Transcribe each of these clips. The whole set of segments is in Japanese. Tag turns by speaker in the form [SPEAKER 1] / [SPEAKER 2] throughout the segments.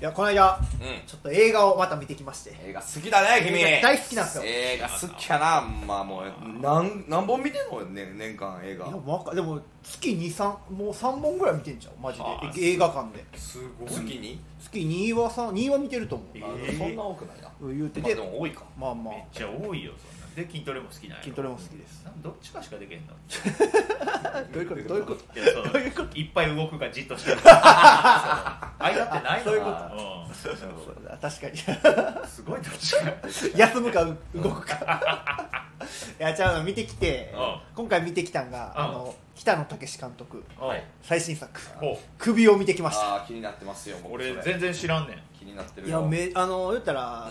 [SPEAKER 1] いやこの間
[SPEAKER 2] うん
[SPEAKER 1] ちょっと映画をまた見てきまして
[SPEAKER 2] 映画好きだね君
[SPEAKER 1] 映画大好きなんですよ
[SPEAKER 2] 映画好きやなまあもうなん何本見てんの、ね、年間映
[SPEAKER 1] いや
[SPEAKER 2] 画
[SPEAKER 1] わかでも月23もう3本ぐらい見てんじゃんマジ
[SPEAKER 2] はあ
[SPEAKER 1] でえ映画館です
[SPEAKER 2] ごい月に、
[SPEAKER 1] 月2は3 2は見てると思う、
[SPEAKER 3] えー
[SPEAKER 2] そんな多くないな、
[SPEAKER 1] 言うて
[SPEAKER 2] まあ、で
[SPEAKER 1] て
[SPEAKER 2] も多いか
[SPEAKER 1] まあまあ
[SPEAKER 3] めっちゃ多いよそんなんで筋トレも好きなんやろ
[SPEAKER 1] 筋トレも好きです
[SPEAKER 3] なんどっちかしかできへんの
[SPEAKER 1] どういうことどういうこと
[SPEAKER 3] いやその
[SPEAKER 1] どういうこ
[SPEAKER 3] いっぱい動くかじっとしてるかそう間ってないの
[SPEAKER 2] そういうこ
[SPEAKER 1] と確かに
[SPEAKER 3] うんすごいどっち か
[SPEAKER 1] 休むか動くか いやちゃうの見てきて
[SPEAKER 3] うん
[SPEAKER 1] 今回見てきたんが
[SPEAKER 3] うん
[SPEAKER 1] あの北野武監督
[SPEAKER 2] はい
[SPEAKER 1] 最新作
[SPEAKER 3] ほ
[SPEAKER 1] 「首」を見てきました
[SPEAKER 2] ああ気になってますよ僕
[SPEAKER 3] 俺
[SPEAKER 2] それ
[SPEAKER 3] 全然知らんねん
[SPEAKER 2] 気になってる
[SPEAKER 1] いや
[SPEAKER 2] よ
[SPEAKER 1] めあの言ったら、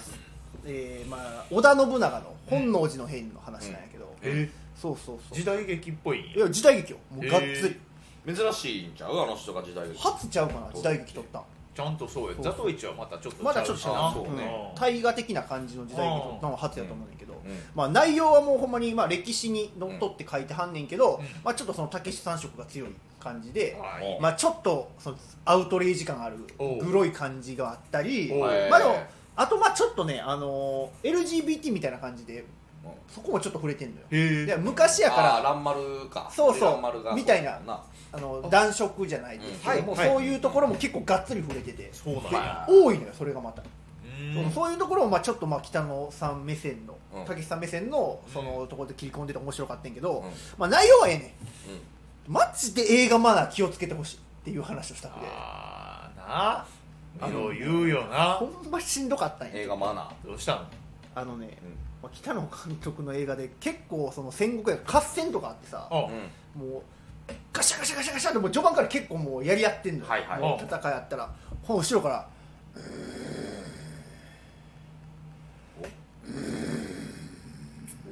[SPEAKER 1] えーまあ、織田信長の本能寺の変の話なんやけど、
[SPEAKER 3] え
[SPEAKER 1] そうそうそう
[SPEAKER 3] 時代劇っぽいん
[SPEAKER 1] い
[SPEAKER 3] や
[SPEAKER 1] や時代劇よもう
[SPEAKER 3] えー
[SPEAKER 1] がっつり、
[SPEAKER 2] 珍しいんちゃうあの人が時代劇
[SPEAKER 1] 初ちゃうかな時代劇撮ったん
[SPEAKER 3] ちゃんとそうや
[SPEAKER 1] そう
[SPEAKER 3] ザトウイチはまたちょっと
[SPEAKER 1] まだちょっ
[SPEAKER 3] ち
[SPEAKER 1] と
[SPEAKER 3] ゃうしな
[SPEAKER 1] な
[SPEAKER 2] あそう
[SPEAKER 1] う
[SPEAKER 2] ね
[SPEAKER 1] ん大河的な感じの時代劇撮ったのは初やと思うんだけど、
[SPEAKER 2] うん
[SPEAKER 1] まあ、内容はもうほんまに、まあ、歴史にのっとって書いてはんねんけど、
[SPEAKER 3] うん
[SPEAKER 1] まあ、ちょっとその武士三色が強い感じで、
[SPEAKER 3] あ
[SPEAKER 2] うん
[SPEAKER 1] まあ、ちょっとそのアウトレイジ感ある
[SPEAKER 3] おう
[SPEAKER 1] グロい感じがあったり
[SPEAKER 3] おう
[SPEAKER 1] まあでもあとまあちょっとね、あのー LGBT みたいな感じでそこもちょっと触れてんのよ
[SPEAKER 3] へ
[SPEAKER 1] で
[SPEAKER 3] え
[SPEAKER 1] 昔や
[SPEAKER 2] あー
[SPEAKER 1] から
[SPEAKER 2] ランマルか
[SPEAKER 1] そうそう
[SPEAKER 2] ランマルが
[SPEAKER 1] みたいな
[SPEAKER 2] な
[SPEAKER 1] あの男色じゃないですけども、
[SPEAKER 3] はい
[SPEAKER 1] そういうところも結構がっつり触れてて、
[SPEAKER 3] そうなん
[SPEAKER 1] で
[SPEAKER 3] や
[SPEAKER 1] 多いのよそれがまた、
[SPEAKER 3] う
[SPEAKER 1] そうんそういうところをまあちょっとまあ北野さん目線の
[SPEAKER 2] うん
[SPEAKER 1] 武、さん目線の
[SPEAKER 3] うん
[SPEAKER 1] そのところで切り込んでて面白かったんやけど、
[SPEAKER 2] うん
[SPEAKER 1] まあ、内容はええね
[SPEAKER 2] うん
[SPEAKER 1] んマジで映画マナー気をつけてほしいっていう話をしたくて
[SPEAKER 3] ああなよう言うよな
[SPEAKER 1] ほんましんどかったん
[SPEAKER 2] 映
[SPEAKER 1] や
[SPEAKER 2] 画マナー
[SPEAKER 3] どうしたの
[SPEAKER 1] あのね、まあ、北野監督の映画で結構その戦国や合戦とかあってさ
[SPEAKER 3] あ
[SPEAKER 2] うん
[SPEAKER 1] もうガシャガシャガシャガシャってもう序盤から結構もうやり合ってんのよ、
[SPEAKER 2] はいはい
[SPEAKER 1] もう戦いあったらほん後ろから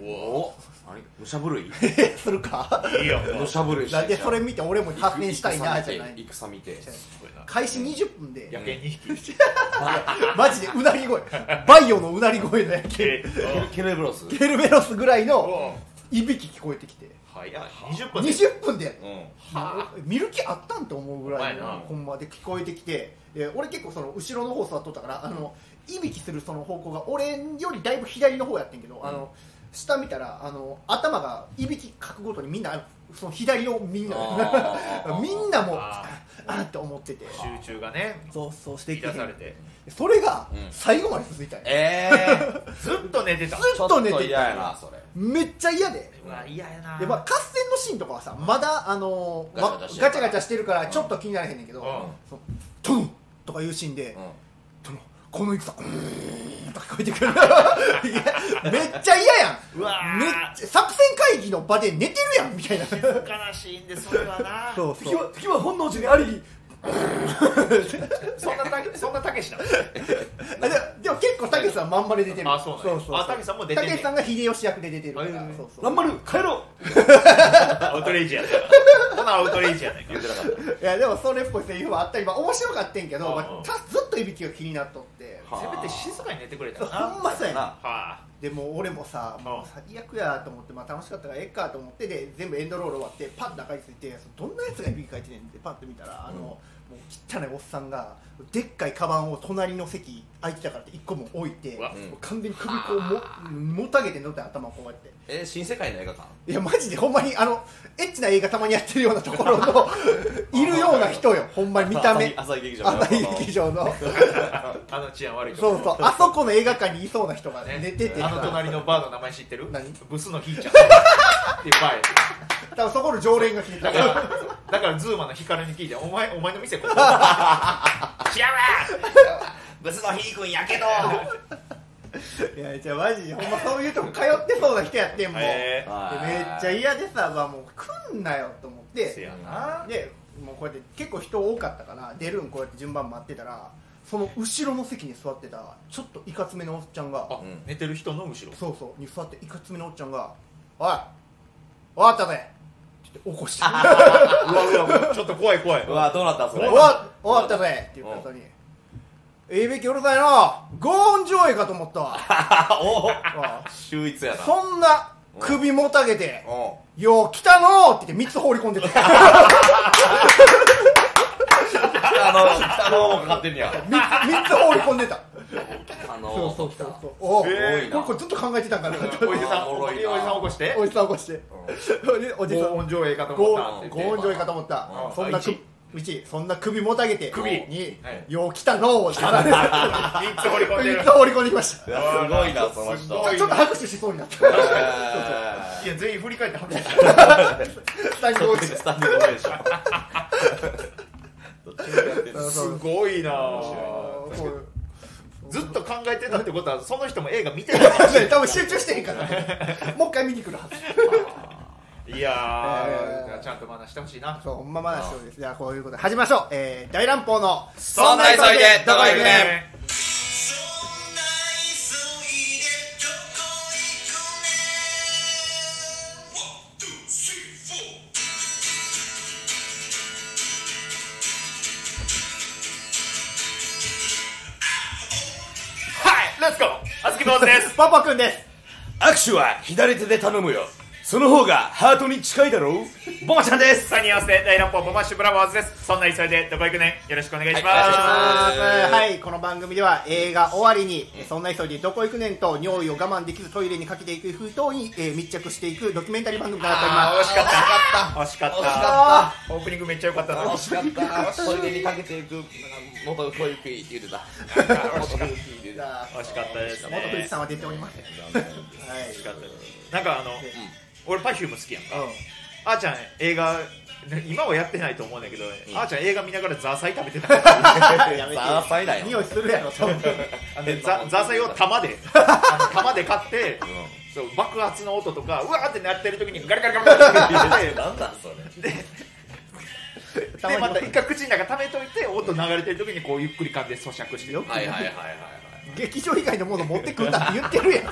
[SPEAKER 2] おあれ武者震 い
[SPEAKER 1] えするか
[SPEAKER 3] いいやんか
[SPEAKER 2] 武者震いして
[SPEAKER 1] だっ
[SPEAKER 2] んじ
[SPEAKER 1] て
[SPEAKER 2] ゃん
[SPEAKER 1] それ見て俺も発展したいなじゃない
[SPEAKER 2] 戦見て戦見て
[SPEAKER 3] すごいな
[SPEAKER 1] 開始20分
[SPEAKER 3] 野
[SPEAKER 1] で
[SPEAKER 3] 犬2匹
[SPEAKER 1] マジでうなり声バイオのうなり声のやけ
[SPEAKER 3] え
[SPEAKER 2] ケネブロス
[SPEAKER 1] ケルベロスぐらいの
[SPEAKER 3] 早
[SPEAKER 1] いびき聞こえてきて
[SPEAKER 3] い20分で
[SPEAKER 1] 20分でやで
[SPEAKER 2] うん
[SPEAKER 3] は
[SPEAKER 1] 見る気あったんと思うぐらい
[SPEAKER 3] お前な
[SPEAKER 1] のほんまで聞こえてきてで俺結構その後ろの方座っとったからあのいびきするその方向が俺よりだいぶ左の方やってんけど、あの下見たらあの頭がいびきかくごとにみんなその左をみんな みんなもう
[SPEAKER 3] あ
[SPEAKER 1] ああって思ってて
[SPEAKER 3] 集中がね
[SPEAKER 1] そうそうして
[SPEAKER 3] 引
[SPEAKER 1] き
[SPEAKER 3] き
[SPEAKER 1] て
[SPEAKER 3] 出されて
[SPEAKER 1] それが
[SPEAKER 2] うん
[SPEAKER 1] 最後まで続いたんや
[SPEAKER 2] ええ
[SPEAKER 3] ずっと寝てた
[SPEAKER 1] ずちょっと寝てた
[SPEAKER 2] 嫌やなそれ
[SPEAKER 1] めっちゃ嫌で
[SPEAKER 3] うわ嫌やな
[SPEAKER 1] で、まあ、合戦のシーンとかはさまだ、あのーま
[SPEAKER 2] ガ
[SPEAKER 1] ガ
[SPEAKER 2] チ
[SPEAKER 1] チ
[SPEAKER 2] ャガチャしてるから
[SPEAKER 1] ャガチャしてるからちょっと気にならへんねんけど、
[SPEAKER 3] うん
[SPEAKER 1] そのトンとかいうシーンで、
[SPEAKER 2] うん
[SPEAKER 1] トンこの戦うーんとか聞こえてくる いやめっちゃ嫌やん
[SPEAKER 3] うわー
[SPEAKER 1] めっちゃ作戦会議の場で寝てるやんみたいな
[SPEAKER 3] 悲しいんでそれはな
[SPEAKER 1] そう
[SPEAKER 4] 敵
[SPEAKER 1] そう
[SPEAKER 4] は敵は本能寺にあり
[SPEAKER 3] そんなたけそんなたけ しな
[SPEAKER 1] あででも結構たけしさんまんまで出てる
[SPEAKER 3] あそうなんや
[SPEAKER 1] そうそう
[SPEAKER 3] あたけしさんも出てんねん
[SPEAKER 1] たけしさんが秀吉役で出てるから
[SPEAKER 3] へー
[SPEAKER 1] そうそう
[SPEAKER 4] 乱丸帰ろ
[SPEAKER 3] アウトレイジやほなアウトレイジやないか
[SPEAKER 2] 言ってなかった
[SPEAKER 1] いやでもそれっぽいセリフはあったり、まあ、面白かったんけど、
[SPEAKER 3] うんうん
[SPEAKER 1] まあ、たずっといびきが気になっとって
[SPEAKER 2] は
[SPEAKER 3] せめて静かに寝てくれたらな
[SPEAKER 1] ほんまそうやねん
[SPEAKER 2] な
[SPEAKER 3] は
[SPEAKER 1] でもう俺もさ
[SPEAKER 3] ん
[SPEAKER 1] もう最悪やと思って、まあ、楽しかったからええかと思ってで全部エンドロール終わってパッと中についてどんなやつがいびきかいてねんってパッと見たらあの、
[SPEAKER 2] うん
[SPEAKER 1] もう汚いおっさんがでっかいカバンを隣の席空いてたからって1個も置いて
[SPEAKER 3] うわ
[SPEAKER 1] もう完全に首こうももたげてんのって頭をこうやって。
[SPEAKER 2] えー新世界の映画館
[SPEAKER 1] いやマジでほんまにあのエッチな映画たまにやってるようなところ のいるような人よほんまに見た目
[SPEAKER 2] 浅い劇場
[SPEAKER 1] 浅い劇場の
[SPEAKER 3] ああの治安悪いとこ
[SPEAKER 1] そうそう、あそこの映画館にいそうな人が
[SPEAKER 3] ね
[SPEAKER 1] 寝てて
[SPEAKER 3] あの
[SPEAKER 1] さ、
[SPEAKER 3] 隣のバーの名前知ってる
[SPEAKER 1] 何
[SPEAKER 3] ブスのひーちゃんっていうバーや
[SPEAKER 1] 多分そこの常連が聞いた
[SPEAKER 3] だ
[SPEAKER 1] か、
[SPEAKER 3] かららだからズーマのヒカルに聞いて「お前お前の店ここ違うわブスのひーくんやけど」
[SPEAKER 1] いや、じゃあマジで、ほんまそういうとこ通ってそうな人やってんもん。で
[SPEAKER 3] へえ
[SPEAKER 1] めっちゃ嫌でさ、まあ、もう来んなよと思っ
[SPEAKER 3] せ
[SPEAKER 1] て、
[SPEAKER 3] やな
[SPEAKER 1] で、もうこうやって結構人多かったから、出るんこうやって順番待ってたら、その後ろの席に座ってた、ちょっといかつめのおっちゃんが、
[SPEAKER 3] あ
[SPEAKER 2] うん
[SPEAKER 3] 寝てる人の後ろ
[SPEAKER 1] そうそう、に座っていかつめのおっちゃんが、おい、終わったぜって言って起こして。
[SPEAKER 3] ちょっと怖い怖いう
[SPEAKER 2] わどうなったそ れ
[SPEAKER 1] 終わ終わったぜって言った後に「いびきうるさいなゴーン上位かと思った わあ
[SPEAKER 2] 秀逸や
[SPEAKER 1] あ
[SPEAKER 2] な
[SPEAKER 1] そんな首もたげて
[SPEAKER 2] う
[SPEAKER 1] 「
[SPEAKER 2] ん
[SPEAKER 1] よう来たの!」って言って3つ放り込んでた
[SPEAKER 2] ああの北の方もかかってんねや
[SPEAKER 1] 三つ放り込んでた。
[SPEAKER 2] あの
[SPEAKER 1] そうそう
[SPEAKER 2] 北
[SPEAKER 1] そうそう。お
[SPEAKER 2] えー
[SPEAKER 1] これこれずっと考えてたんか な。
[SPEAKER 3] おじさん、
[SPEAKER 2] おも
[SPEAKER 3] お
[SPEAKER 2] ろいな
[SPEAKER 3] じさん起こして
[SPEAKER 1] お。じさん起こして。 おじさん
[SPEAKER 3] 高。音上映かと思
[SPEAKER 1] ご
[SPEAKER 3] ったって
[SPEAKER 1] ご
[SPEAKER 3] 言っ
[SPEAKER 1] 温情いかと思った
[SPEAKER 2] うん
[SPEAKER 1] そんな
[SPEAKER 3] 一
[SPEAKER 1] 首一そんな首もたげて
[SPEAKER 3] 首
[SPEAKER 1] に
[SPEAKER 3] はい
[SPEAKER 1] よう来たのう並べて
[SPEAKER 3] て。三つ掘り込んでる
[SPEAKER 1] 3。つ放り込んできました
[SPEAKER 2] いやすごいなその
[SPEAKER 3] す
[SPEAKER 2] 人
[SPEAKER 3] ごい
[SPEAKER 1] ちょっと拍手しそうになった
[SPEAKER 3] いや、全員振り返って拍手して
[SPEAKER 1] スタジオで
[SPEAKER 2] スタンディングオベーションどっちもやってんの
[SPEAKER 3] すごいなぁ
[SPEAKER 1] こう
[SPEAKER 3] ずっと考えてたってことは、その人も映画見てたかもしれ
[SPEAKER 1] 多分集中してへんからもう一回見に来るはず
[SPEAKER 3] ない。いや
[SPEAKER 1] えー
[SPEAKER 3] ー、ちゃんと話してほしいな。
[SPEAKER 1] そうほんままだそうですじゃあこういうことで始めましょう、えー、大乱暴の
[SPEAKER 2] そんな急いでどこ行くねん
[SPEAKER 3] はい、レッツゴーあずき坊主です
[SPEAKER 1] パパくんです
[SPEAKER 2] 握手は左手で頼むよその方がハートに近いだろうボマちゃんです
[SPEAKER 3] サニー合わせて大乱暴ボマッシュブラボーズですそんな急いでどこ行くねんよろしくお願いします、
[SPEAKER 1] あ
[SPEAKER 2] は
[SPEAKER 1] ーはい、この番組では映画終わりに、えーそんな急いでどこ行くねんと尿意を我慢できずトイレにかけていく封筒に、えー密着していくドキュメンタリー番組となっております
[SPEAKER 3] あー惜しかった惜しかった
[SPEAKER 2] 惜しか
[SPEAKER 3] オープニングめっちゃ良かったな
[SPEAKER 2] 惜しかったトイレにかけていく元小雪って言ってた元小雪って言ってた
[SPEAKER 3] 惜しかったですね
[SPEAKER 1] 元富士さんは出ております。
[SPEAKER 2] 残
[SPEAKER 1] はい。
[SPEAKER 3] 惜しかったですなんかあの、俺パフューム好きやんか、
[SPEAKER 1] う
[SPEAKER 3] あーちゃん映画今はやってないと思うねんだけど、
[SPEAKER 2] ん
[SPEAKER 3] あーちゃん映画見ながらザーサイ食べてたあ
[SPEAKER 1] ん。やめて
[SPEAKER 2] ザーサイだよ
[SPEAKER 1] 匂いするやろ。そんな
[SPEAKER 3] のザザーサイを玉であの玉で買って、そう爆発の音とかうわーってなってる時にガリガリガリガリって言って
[SPEAKER 2] なんだそれ
[SPEAKER 1] たま
[SPEAKER 3] で
[SPEAKER 1] に
[SPEAKER 3] また一回口の中溜めといて音流れてる時にこうゆっくり噛んで咀嚼してよ
[SPEAKER 2] はいはいはいはい
[SPEAKER 1] 劇場以外のもの持ってくんなって言ってるやん。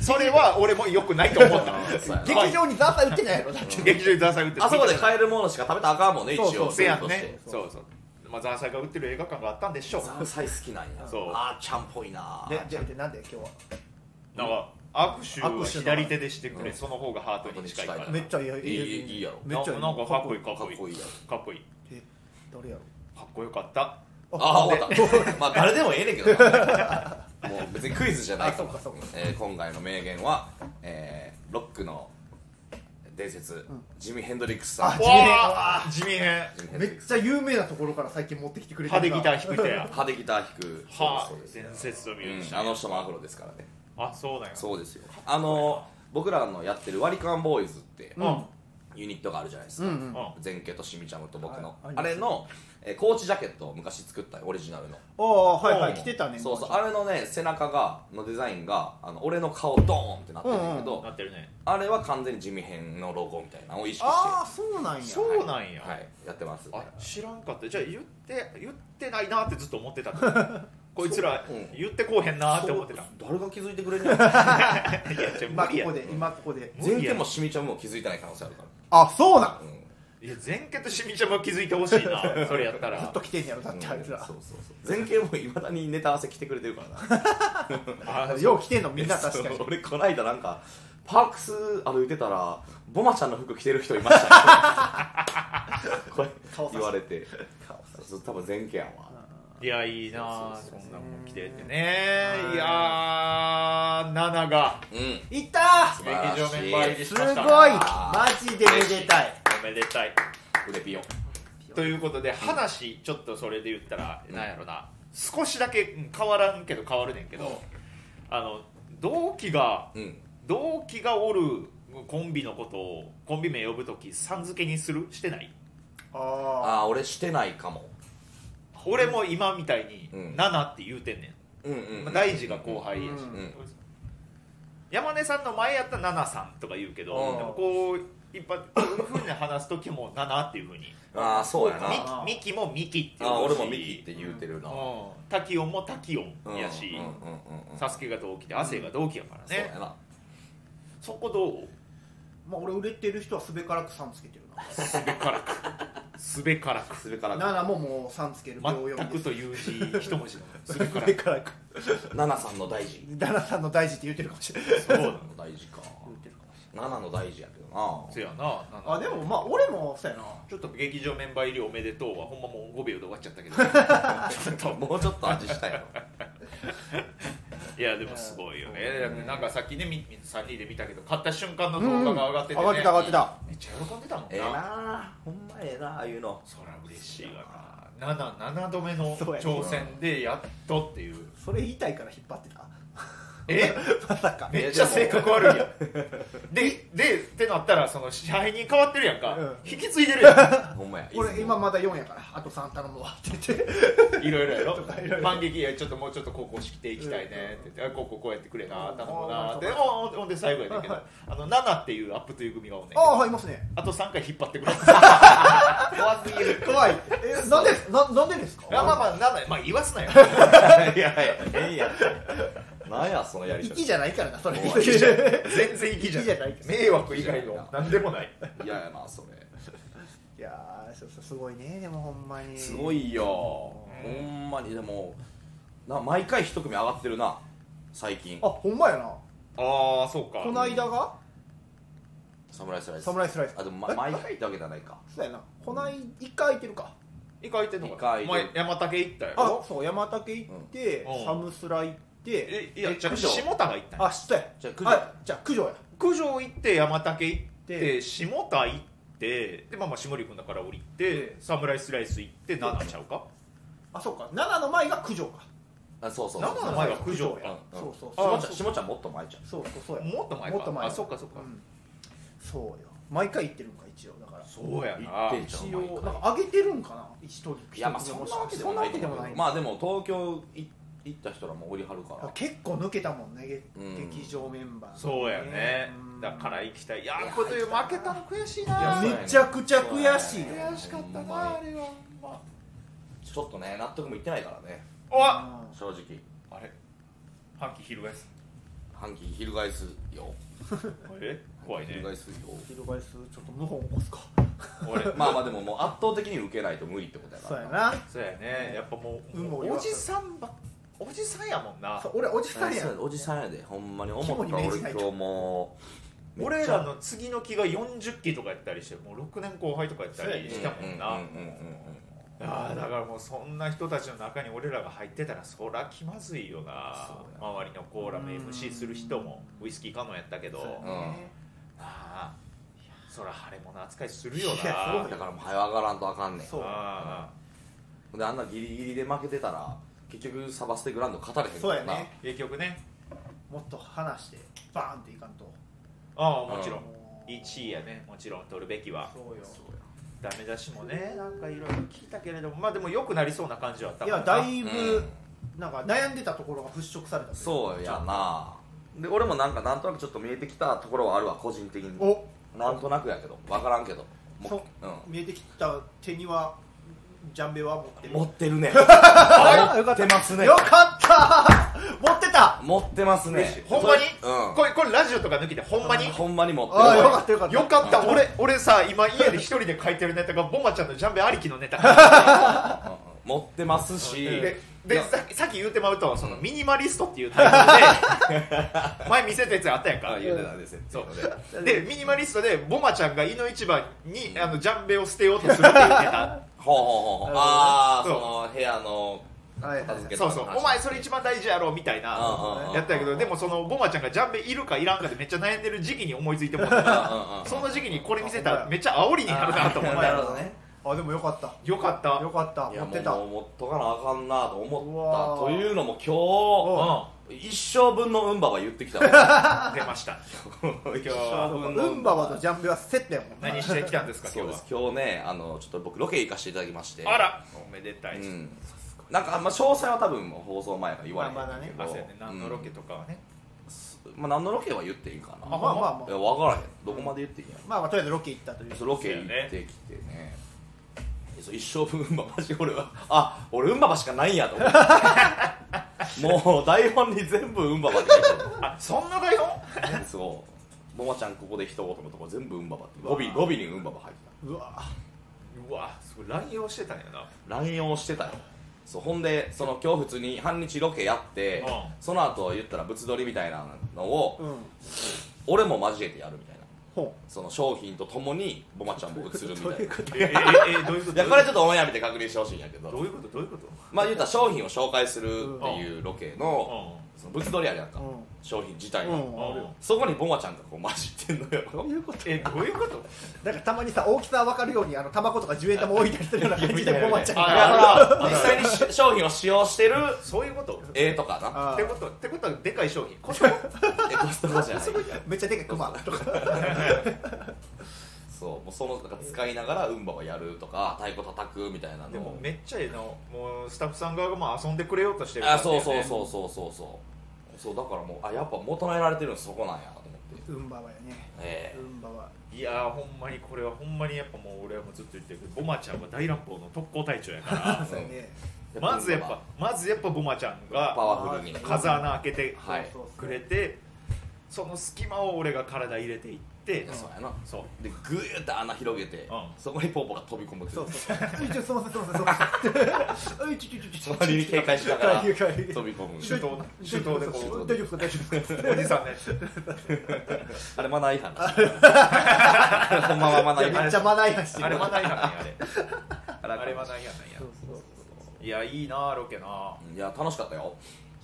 [SPEAKER 3] それは俺もよくないと 思った
[SPEAKER 2] あーそうやな
[SPEAKER 1] 劇場にザーサイ売ってないやろ。だって。
[SPEAKER 3] 劇場にザーサイ売って る
[SPEAKER 2] あそこで買えるものしか食べたらあかんもんね一
[SPEAKER 1] そうそ
[SPEAKER 2] 応
[SPEAKER 1] う
[SPEAKER 3] せやん
[SPEAKER 2] ルール
[SPEAKER 3] ねそうそうまあザーサイが売ってる映画館があったんでしょう
[SPEAKER 2] ザーサイ好きなんや
[SPEAKER 3] そう
[SPEAKER 2] あーちゃんっぽいな
[SPEAKER 1] で、じゃあなんで今日
[SPEAKER 3] なんか握手は
[SPEAKER 1] 握手な
[SPEAKER 3] 左手でしてく
[SPEAKER 2] う
[SPEAKER 3] れ
[SPEAKER 2] ん
[SPEAKER 3] その方がハートに近いから
[SPEAKER 2] ハ
[SPEAKER 1] は
[SPEAKER 2] ー
[SPEAKER 1] めっちゃいいよ
[SPEAKER 2] いいいいいいやろ
[SPEAKER 1] めっちゃいい。
[SPEAKER 3] なんかかっこいいかっこいい
[SPEAKER 2] かっこいいや
[SPEAKER 3] かっこいい
[SPEAKER 1] え誰やろ。
[SPEAKER 3] かっこよかった
[SPEAKER 2] あー終わ ったまあ誰でもええねんけどなもう別にクイズじゃない
[SPEAKER 1] あそうかそうか
[SPEAKER 2] えー今回の名言は、えーロックの伝説、ジミー・ヘンドリックスさん
[SPEAKER 1] 地味ね
[SPEAKER 3] わあ地味ね
[SPEAKER 2] ジミーヘン
[SPEAKER 1] め
[SPEAKER 2] ドリッ
[SPEAKER 1] っ
[SPEAKER 2] クス
[SPEAKER 1] ちゃ有名なところから最近持ってきてくれて
[SPEAKER 3] 派手ギター弾くてや
[SPEAKER 2] 派手ギター弾く
[SPEAKER 3] は あ
[SPEAKER 2] そうですそう
[SPEAKER 3] 伝
[SPEAKER 2] です
[SPEAKER 3] 説のミュージシ
[SPEAKER 2] うんあ
[SPEAKER 3] ャン
[SPEAKER 2] の人もアフロですからね
[SPEAKER 3] あそうなんや
[SPEAKER 2] そうですよあの僕らのやってる割り勘ボーイズって
[SPEAKER 1] うん
[SPEAKER 2] ユニットがあるじゃないですか、
[SPEAKER 1] うんうん
[SPEAKER 3] あ
[SPEAKER 2] 前家としみちゃんと僕の
[SPEAKER 1] ああります
[SPEAKER 2] あれの、えーコーチジャケットを昔作ったオリジナルの
[SPEAKER 1] ああはいはい来てたね。
[SPEAKER 2] そうそうあれのね背中がのデザインがあの俺の顔ドーンってなってるんだけど、
[SPEAKER 3] なってるね
[SPEAKER 2] あれは完全に地味編のロゴみたいなのを意識して
[SPEAKER 1] ああそうなんや。
[SPEAKER 3] そうなんや
[SPEAKER 2] はい、やってます
[SPEAKER 3] あ知らんかったじゃあ言って言ってないなってずっと思ってたからこいつら
[SPEAKER 2] そううん
[SPEAKER 3] 言ってこうへんなって思ってた
[SPEAKER 2] そう誰が気づいてくれんねん
[SPEAKER 3] いやじゃあ
[SPEAKER 1] 今
[SPEAKER 3] 無
[SPEAKER 1] こ
[SPEAKER 3] 理や
[SPEAKER 1] こで今ここで。
[SPEAKER 2] 全家もしみちゃんも気づいてない可能性あるか
[SPEAKER 1] あそうなん。
[SPEAKER 2] ら、うん、
[SPEAKER 3] いや前家としみちゃんも気づいてほしいなそれやった
[SPEAKER 1] ずっ
[SPEAKER 3] ら
[SPEAKER 1] と来てんやろだってあいつら
[SPEAKER 2] そ。うそうそう前家もいまだにネタ合わせ来てくれてるから な
[SPEAKER 3] あ
[SPEAKER 1] よう来てんのみんな確かに
[SPEAKER 2] そう。俺こないだなんかパークス歩いてたらボマちゃんの服着てる人いま したねこれ
[SPEAKER 1] 顔さして
[SPEAKER 2] 言われてそう多分前家やわ
[SPEAKER 3] いやいいな
[SPEAKER 2] そう
[SPEAKER 3] そ
[SPEAKER 2] そうそうん
[SPEAKER 3] なもん来てってね
[SPEAKER 1] はい
[SPEAKER 3] いやー7が
[SPEAKER 2] うん
[SPEAKER 1] いったー
[SPEAKER 2] 素晴らし
[SPEAKER 3] 劇
[SPEAKER 2] い
[SPEAKER 3] 場メンバー入り
[SPEAKER 1] す
[SPEAKER 3] し
[SPEAKER 1] ご
[SPEAKER 3] ま
[SPEAKER 1] い
[SPEAKER 3] した
[SPEAKER 1] マジでめでたい
[SPEAKER 3] おめでたい
[SPEAKER 2] 腕ピヨン
[SPEAKER 3] ということで話ちょっとそれで言ったらなんやろな少しだけうん変わらんけど変わるねんけどあの同期が
[SPEAKER 2] うん
[SPEAKER 3] 同期がおるコンビのことをコンビ名呼ぶときさん付けにするしてない
[SPEAKER 1] あ
[SPEAKER 2] ああー俺してないかも
[SPEAKER 3] 俺も今みたいに
[SPEAKER 2] うん
[SPEAKER 3] 「ナナ」って言うてんね
[SPEAKER 2] うん
[SPEAKER 3] ん、
[SPEAKER 2] う
[SPEAKER 3] まあ
[SPEAKER 2] ん
[SPEAKER 3] 大事が後輩やし、
[SPEAKER 1] うん
[SPEAKER 2] うん
[SPEAKER 3] 山根さんの前やったら「ナナさん」とか言うけど、
[SPEAKER 2] うん
[SPEAKER 3] でもこう一般こういうふうに話す時も「ナナ」っていうふうに
[SPEAKER 2] ああそうやなあ
[SPEAKER 3] ミミキもミキっていうし
[SPEAKER 2] ー俺もミキって言うてるな
[SPEAKER 3] うんタキオンもタキオンやし、
[SPEAKER 2] うんうんうんうん
[SPEAKER 3] サスケが同期で亜生が同期やから
[SPEAKER 2] そうや
[SPEAKER 3] ね、
[SPEAKER 2] な
[SPEAKER 3] そこどう
[SPEAKER 1] まあ俺売れてる人はすべからくさんつけてるな
[SPEAKER 3] すべからくすべからく
[SPEAKER 2] それから
[SPEAKER 1] 7ももうさんつける秒読
[SPEAKER 3] 全
[SPEAKER 1] みで
[SPEAKER 3] く
[SPEAKER 1] す
[SPEAKER 3] という字一文字のすべから
[SPEAKER 1] すべ
[SPEAKER 3] く
[SPEAKER 1] からく
[SPEAKER 2] ナナさんの大事
[SPEAKER 1] 旦那さんの大事って言ってるかもしれない
[SPEAKER 3] そうなの
[SPEAKER 2] 大事か
[SPEAKER 1] 言ってるかもし
[SPEAKER 2] 7の大事やけどな
[SPEAKER 3] せやななんか
[SPEAKER 1] あでもまあ俺もそうやな
[SPEAKER 3] ちょっと劇場メンバー入りおめでとうはほんまもう5秒で終わっちゃったけどちょっと
[SPEAKER 2] もうちょっと味したいの
[SPEAKER 3] いやでもすごいよね、なんかさっきねみ3人で見たけど買った瞬間の動画が上がってて、ね
[SPEAKER 1] うん上がってた上がってた
[SPEAKER 3] めっちゃ喜んでたもんな、
[SPEAKER 2] ええなほんまええなああいうの
[SPEAKER 3] そら嬉しいわな 7, 7度目の
[SPEAKER 1] そうやね
[SPEAKER 3] 挑戦でやっとって いう
[SPEAKER 1] それ言いたいから引っ張ってた
[SPEAKER 3] え
[SPEAKER 1] まさか
[SPEAKER 3] めっちゃ性格悪い やんででってなったらその支配人変わってるやんか、
[SPEAKER 1] うん
[SPEAKER 3] 引き継いでるやん
[SPEAKER 2] ほんまや
[SPEAKER 1] 俺今まだ4やからあと3頼むわって言って
[SPEAKER 3] いろいろや ろ
[SPEAKER 1] とかいろいろ
[SPEAKER 3] 万劇やちょっともうちょっと高校式ていきたいねって言ってあこうこうこうやってくれな頼むなって
[SPEAKER 1] うん
[SPEAKER 3] ほんほんで最後やねんけどあの7っていうアップという組がおんねんけ
[SPEAKER 1] あ
[SPEAKER 3] ど
[SPEAKER 1] あはいいますね
[SPEAKER 3] あと3回引っ張ってくれ怖すぎる
[SPEAKER 1] 怖いえなんでななんでですか
[SPEAKER 3] まあまあまあ7まあ言わすなよ
[SPEAKER 2] いやいやええやんなんやそのやり
[SPEAKER 1] 息
[SPEAKER 2] 方
[SPEAKER 1] じゃないからなそれ
[SPEAKER 2] 怖い
[SPEAKER 1] 息じゃない
[SPEAKER 3] 全然いいじゃん
[SPEAKER 1] いいじゃないです
[SPEAKER 3] 迷惑以外の何でもない
[SPEAKER 2] 嫌やなそれ
[SPEAKER 1] いやーそうそうすごいねでもほんまに
[SPEAKER 2] すごいよほ
[SPEAKER 3] うん
[SPEAKER 2] んまにでもな毎回一組上がってるな最近
[SPEAKER 1] あほんまやな
[SPEAKER 3] ああそうか
[SPEAKER 1] この間が
[SPEAKER 2] 侍スライス
[SPEAKER 1] サムライスライス
[SPEAKER 2] あでも、ま
[SPEAKER 1] え
[SPEAKER 2] 毎回だけじゃないか
[SPEAKER 1] そうやなこない一回空いてるか
[SPEAKER 3] 一回行ってんの
[SPEAKER 2] 一
[SPEAKER 3] か
[SPEAKER 2] 回
[SPEAKER 3] お前山竹行った
[SPEAKER 1] あ
[SPEAKER 3] よ
[SPEAKER 1] そう山竹行って
[SPEAKER 3] うん
[SPEAKER 1] サムスラ行って
[SPEAKER 3] えいや
[SPEAKER 2] え
[SPEAKER 3] じゃあ
[SPEAKER 2] 九条
[SPEAKER 3] 下田が行ったんや
[SPEAKER 1] あ失礼
[SPEAKER 2] じゃあ九条
[SPEAKER 1] あじゃあ九条や
[SPEAKER 3] 九条行って山竹行って
[SPEAKER 1] で
[SPEAKER 3] 下田行ってでまあまあ下陸のから降りてサムライスライス行って7ちゃうか
[SPEAKER 1] あそうか7の前が九条か
[SPEAKER 2] あそうそう
[SPEAKER 3] 生の前が九条
[SPEAKER 1] う
[SPEAKER 3] や
[SPEAKER 2] うん
[SPEAKER 1] そうそう
[SPEAKER 2] 下
[SPEAKER 1] そう
[SPEAKER 2] ちゃん下ちゃんもっと前じゃん
[SPEAKER 1] そうそうそうや
[SPEAKER 3] もっと前か
[SPEAKER 1] もっと前
[SPEAKER 3] あそうかそうか
[SPEAKER 1] んそうよ毎回行ってるんか一応だから
[SPEAKER 3] そうや
[SPEAKER 2] 行
[SPEAKER 3] な
[SPEAKER 2] ってんじゃん
[SPEAKER 1] 一
[SPEAKER 2] 毎
[SPEAKER 1] 応
[SPEAKER 2] 回
[SPEAKER 1] なんか上げてるんかな一人
[SPEAKER 2] いやまあそんなわけで
[SPEAKER 1] そ
[SPEAKER 2] もない
[SPEAKER 1] んなわけでもない
[SPEAKER 2] まあでも東京い行った人らもおりはるから
[SPEAKER 1] 結構抜けたもんねげ
[SPEAKER 2] うん
[SPEAKER 1] 劇場メンバーがね
[SPEAKER 3] そうやね
[SPEAKER 1] うん
[SPEAKER 3] だから行きたいいや
[SPEAKER 2] いや
[SPEAKER 3] ーこれで負けたの悔しいない
[SPEAKER 2] やそうやね
[SPEAKER 1] めちゃくちゃ悔しいよ
[SPEAKER 2] そうやね
[SPEAKER 3] 悔しかった
[SPEAKER 2] ほんま
[SPEAKER 3] なあれはま
[SPEAKER 2] ちょっとね納得もいってないからね
[SPEAKER 3] あ
[SPEAKER 1] うん
[SPEAKER 2] 正直
[SPEAKER 3] おあれ反旗翻す
[SPEAKER 2] 反旗翻すよ
[SPEAKER 3] え怖いね
[SPEAKER 2] 翻すよ
[SPEAKER 1] 翻すちょっと謀反起こすか
[SPEAKER 3] 俺
[SPEAKER 2] まあまあでももう圧倒的に受けないと無理ってことやか
[SPEAKER 1] そう
[SPEAKER 2] ら
[SPEAKER 1] やな
[SPEAKER 3] そうやねやっぱもう
[SPEAKER 1] 有無を言
[SPEAKER 3] お
[SPEAKER 1] わず
[SPEAKER 3] じさんばっおじさんやもんな
[SPEAKER 1] そう俺おじさんや
[SPEAKER 2] そうやおじさんやでほんまに思った俺今日もう
[SPEAKER 3] 俺らの次の期が40期とかやったりしてもう6年後輩とかやったりしたもん
[SPEAKER 2] うん
[SPEAKER 3] な、
[SPEAKER 2] うんうんうん
[SPEAKER 3] ああだからもうそんな人たちの中に俺らが入ってたらそら気まずいよな
[SPEAKER 2] そう
[SPEAKER 3] 周りのコーラも MC する人もウイスキーカノンやったけど
[SPEAKER 1] そうや
[SPEAKER 3] な
[SPEAKER 1] ね
[SPEAKER 3] あそら腫れ物扱いするよ
[SPEAKER 1] いやそう
[SPEAKER 3] な
[SPEAKER 1] よ
[SPEAKER 2] だからもう早上がらんとあかんねん
[SPEAKER 1] そう
[SPEAKER 3] あ
[SPEAKER 2] であんなギリギリで負けてたら結局サバステグランド勝たれへんか
[SPEAKER 1] そう
[SPEAKER 2] ら
[SPEAKER 1] や
[SPEAKER 2] な
[SPEAKER 1] ね
[SPEAKER 3] あ結局ね
[SPEAKER 1] もっと離してバーンっていかんと
[SPEAKER 3] ああもちろん
[SPEAKER 1] もう
[SPEAKER 3] 1位やねもちろん取るべきは
[SPEAKER 1] そうよ
[SPEAKER 3] ダメ出しもねなんかいろいろ聞いたけれどもまあでも良くなりそうな感じはあった
[SPEAKER 1] い
[SPEAKER 3] もん
[SPEAKER 1] や
[SPEAKER 3] な
[SPEAKER 1] だいぶ
[SPEAKER 2] う
[SPEAKER 1] なんか悩んでたところが払拭されたとい
[SPEAKER 2] ん
[SPEAKER 1] う
[SPEAKER 2] そうやなで俺もなんかなんとなくちょっと見えてきたところはあるわ個人的に
[SPEAKER 1] お
[SPEAKER 2] なんとなくやけど分からんけども
[SPEAKER 1] そう見えてきた手にはジャンベは持って
[SPEAKER 2] う、
[SPEAKER 1] る
[SPEAKER 2] ん、持ってるね
[SPEAKER 1] あよ
[SPEAKER 2] 持
[SPEAKER 1] か
[SPEAKER 2] っ
[SPEAKER 1] ってた
[SPEAKER 2] ますね
[SPEAKER 1] よかった持ってた
[SPEAKER 2] 持ってます
[SPEAKER 3] 嬉しい
[SPEAKER 2] ね
[SPEAKER 3] ほんまに、
[SPEAKER 2] うん
[SPEAKER 3] これこれラジオとか抜きでほんまに、
[SPEAKER 2] ほんまに持って
[SPEAKER 1] あ
[SPEAKER 2] る
[SPEAKER 1] よかったよかった
[SPEAKER 3] よかった、俺俺さ今家で一人で書いてるネタがボマちゃんのジャンベありきのネタ
[SPEAKER 2] うんうん持ってますし
[SPEAKER 3] でで
[SPEAKER 2] いや
[SPEAKER 3] ささっき言うてまうとそのミニマリストっていうタイトルで前見せたやつあったやんか
[SPEAKER 2] あ言うてたんですよ
[SPEAKER 3] そう
[SPEAKER 2] っていうので
[SPEAKER 3] でミニマリストでボマちゃんが井の一番に、あのジャンベを捨てようとするっていうネタ
[SPEAKER 2] ほうほうほうほうああその部屋の
[SPEAKER 1] はいはい
[SPEAKER 2] 片付け
[SPEAKER 3] そうそうお前それ一番大事やろみたいな
[SPEAKER 2] 番
[SPEAKER 3] やったんやけどでもそのボマちゃんがジャンベいるかいらんかでめっちゃ悩んでる時期に思いついてもらったからその時期にこれ見せたらめっちゃ煽りになるなと思っ
[SPEAKER 2] なるほ
[SPEAKER 3] た
[SPEAKER 2] どね
[SPEAKER 1] あでもよかった
[SPEAKER 3] よかった
[SPEAKER 1] よかった
[SPEAKER 2] いや
[SPEAKER 1] 持
[SPEAKER 2] も
[SPEAKER 1] って
[SPEAKER 2] う
[SPEAKER 1] た
[SPEAKER 2] もう持っとかなあかんなと
[SPEAKER 1] う
[SPEAKER 2] 思
[SPEAKER 1] わ
[SPEAKER 2] ったと
[SPEAKER 1] ー
[SPEAKER 2] いうのも
[SPEAKER 3] う
[SPEAKER 2] 今
[SPEAKER 3] ん
[SPEAKER 2] 日一生分のウンバは言ってきたわ
[SPEAKER 3] 出ました
[SPEAKER 2] 今日
[SPEAKER 1] そうかルンバはとジャンベはセットやもんな
[SPEAKER 3] 何してきたんですか
[SPEAKER 2] そう
[SPEAKER 3] 今日
[SPEAKER 2] で
[SPEAKER 3] は
[SPEAKER 2] す今日ねあのちょっと僕ロケ行かせていただきまして
[SPEAKER 3] あらおめでた
[SPEAKER 2] う
[SPEAKER 3] い、
[SPEAKER 2] んなんかあんま詳細は多分もう放送前やから言われへん
[SPEAKER 1] まあまだね
[SPEAKER 2] けど
[SPEAKER 3] あそうやね何のロケ
[SPEAKER 2] うん
[SPEAKER 3] とかはね、
[SPEAKER 2] まあ何のロケは言っていいんか
[SPEAKER 1] ま
[SPEAKER 2] な
[SPEAKER 1] あまあま
[SPEAKER 2] い
[SPEAKER 1] あ
[SPEAKER 2] や分からへんどこまで言っていいんやろ
[SPEAKER 1] まあまあとりあえずロケ行ったという
[SPEAKER 2] そうロケ行ってきてねそう一生分ウンバ橋俺はあ俺ウンバ橋しかないんやと思ってもう台本に全部ウンバ橋って書いてる
[SPEAKER 3] あそんな台本
[SPEAKER 2] そう、ももちゃんここで一言のとこ全部うんばばって語尾語尾にうんばば入って
[SPEAKER 1] うわ
[SPEAKER 3] うわそれ乱用してたんやな
[SPEAKER 2] た乱用してたよそうほんでその今日普通に半日ロケやって、
[SPEAKER 3] うん
[SPEAKER 2] その後言ったら物撮りみたいなのを、
[SPEAKER 1] うん
[SPEAKER 2] 俺も交えてやるみたいな
[SPEAKER 1] ほ
[SPEAKER 2] その商品とともにボマちゃんも映るみ
[SPEAKER 1] うどう
[SPEAKER 2] た
[SPEAKER 1] い
[SPEAKER 2] いう な
[SPEAKER 1] こと
[SPEAKER 3] ええええどういうこと
[SPEAKER 2] いやこれちょっとオンエア見て確認してほしいんやけ
[SPEAKER 3] どう
[SPEAKER 2] ど
[SPEAKER 3] いうことどういうこと
[SPEAKER 2] まあ言うたら商品を紹介するっていうロケのその物撮りあるやんか
[SPEAKER 1] うん
[SPEAKER 2] 商品自体
[SPEAKER 1] う
[SPEAKER 2] が
[SPEAKER 1] んあるよ
[SPEAKER 2] そこにボマちゃんがこう混じってんのよ
[SPEAKER 1] どういうこと
[SPEAKER 3] えどういうこと
[SPEAKER 1] なんかたまにさ大きさ分かるようにあの卵とか10円玉置いたりするような感じ
[SPEAKER 2] い
[SPEAKER 1] で
[SPEAKER 2] やいやいや
[SPEAKER 1] ボマちゃん
[SPEAKER 3] あ
[SPEAKER 1] が
[SPEAKER 2] いやほら実際にし商品を使用してる
[SPEAKER 3] そういうこと
[SPEAKER 2] 絵とかな
[SPEAKER 1] あ
[SPEAKER 3] って
[SPEAKER 1] ー
[SPEAKER 3] ことってことはでかい商品コストコ
[SPEAKER 2] えコストコじゃない
[SPEAKER 1] めっちゃでかいクマとか
[SPEAKER 2] そうもうそのなんか使いながらウンバをやるとか太鼓叩くみたいな
[SPEAKER 3] で
[SPEAKER 2] の
[SPEAKER 3] も
[SPEAKER 2] を
[SPEAKER 3] めっちゃええなもうスタッフさん側がまあ遊んでくれようとしてる
[SPEAKER 2] あそうそう
[SPEAKER 3] う
[SPEAKER 2] そうそうそうそうそうだからもうあやっぱ求められてるのそこなんやと思って
[SPEAKER 1] ウンバはやね
[SPEAKER 2] ええ
[SPEAKER 1] ウンバはい
[SPEAKER 3] やーほんまにこれはほんまにやっぱもう俺はもうずっと言ってるけどボマちゃんは大乱暴の特攻隊長 やか
[SPEAKER 1] そうやね
[SPEAKER 3] らまずやっぱまずやっぱボマちゃん
[SPEAKER 2] パ
[SPEAKER 3] が
[SPEAKER 2] ワフルにね
[SPEAKER 1] か
[SPEAKER 3] 風穴開けて
[SPEAKER 2] はい
[SPEAKER 1] そうそうそう
[SPEAKER 3] くれてその隙間を俺が体入れていって
[SPEAKER 2] そうやな
[SPEAKER 3] そう
[SPEAKER 2] でグーッと穴広げて、
[SPEAKER 3] うん
[SPEAKER 2] そこにポンポが飛び込むってい
[SPEAKER 1] そうそうういちょすいませんすいませんすいませんういちょちょちょちょ
[SPEAKER 2] 周りに警戒しながら
[SPEAKER 1] 帰り帰り
[SPEAKER 2] 飛び込む
[SPEAKER 3] 手刀手刀でこう
[SPEAKER 1] 大丈夫ですか大丈夫ですか
[SPEAKER 3] おじさんね
[SPEAKER 2] あれマナー違反だ ほんまはマナー違
[SPEAKER 1] いやめ
[SPEAKER 2] 反
[SPEAKER 1] っちゃマナー違反してる
[SPEAKER 3] あれマナー違反なんやあれ
[SPEAKER 2] あ
[SPEAKER 3] あ
[SPEAKER 2] れ
[SPEAKER 3] れ
[SPEAKER 2] マ
[SPEAKER 3] マ
[SPEAKER 2] ナ
[SPEAKER 3] ナ
[SPEAKER 2] ー
[SPEAKER 3] ー違反なんや
[SPEAKER 1] そうそう
[SPEAKER 3] いやいいなロケない
[SPEAKER 2] や楽しかったよ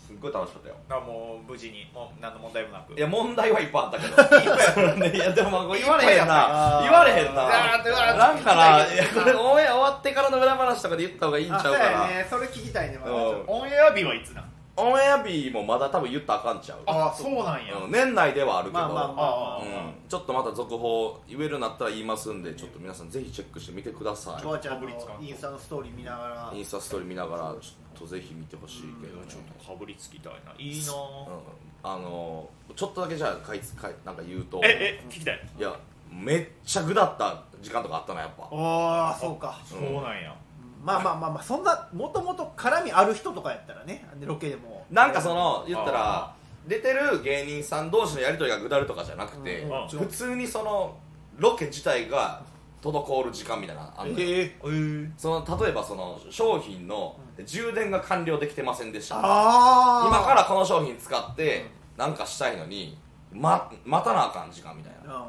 [SPEAKER 2] すっごい楽しかったよ
[SPEAKER 3] あもう無事にもう何の問題もなく
[SPEAKER 2] いや問題はいっぱいあったけど いやでもまあこれ言われへんな
[SPEAKER 1] あー
[SPEAKER 2] 言われへんな
[SPEAKER 3] あーうわー
[SPEAKER 2] なんかないやこれオンエア終わってからの裏話とかで言った方がいいんちゃ
[SPEAKER 1] あ
[SPEAKER 2] う
[SPEAKER 1] そ
[SPEAKER 2] か
[SPEAKER 1] うや
[SPEAKER 2] な
[SPEAKER 1] ねそれ聞きたいねまだ
[SPEAKER 2] うん
[SPEAKER 3] オンエア日はいつなん
[SPEAKER 2] オンエア日もまだ多分言ったらあかんちゃう
[SPEAKER 3] あそうなんや
[SPEAKER 2] うん年内ではあるけど、
[SPEAKER 1] まあまあま
[SPEAKER 3] あ
[SPEAKER 1] あ
[SPEAKER 2] うんちょっとまた続報言えるようになったら言いますんでちょっと皆さんぜひチェックしてみてくださ
[SPEAKER 1] ボマ
[SPEAKER 2] い
[SPEAKER 1] ちゃんの
[SPEAKER 3] かぶりつかんと
[SPEAKER 1] インスタのストーリー見ながら
[SPEAKER 2] インスタストーリー見ながらちょっとぜひ見てほしいけど、ね
[SPEAKER 3] ちょっとかぶりつきたいないいな
[SPEAKER 2] うんあのーちょっとだけじゃあかいつかいなんか言うと
[SPEAKER 3] ええ聞きたい
[SPEAKER 2] いやめっちゃぐだった時間とかあったなやっぱ
[SPEAKER 1] ああそうか
[SPEAKER 3] そうなんや
[SPEAKER 1] まあまあまあまあそんなもともと絡みある人とかやったらねでロケでも
[SPEAKER 2] なんかその言ったら
[SPEAKER 3] あ
[SPEAKER 2] 出てる芸人さん同士のやり取りがぐだるとかじゃなくて、
[SPEAKER 1] うん
[SPEAKER 3] うん
[SPEAKER 2] 普通にそのロケ自体が滞る時間みたいなのあんのよ
[SPEAKER 1] え
[SPEAKER 2] その例えばその商品の充電が完了できてませんでした
[SPEAKER 1] ああ
[SPEAKER 2] 今からこの商品使ってなんかしたいのに、ま、待たなあかん時間みたいな
[SPEAKER 1] あ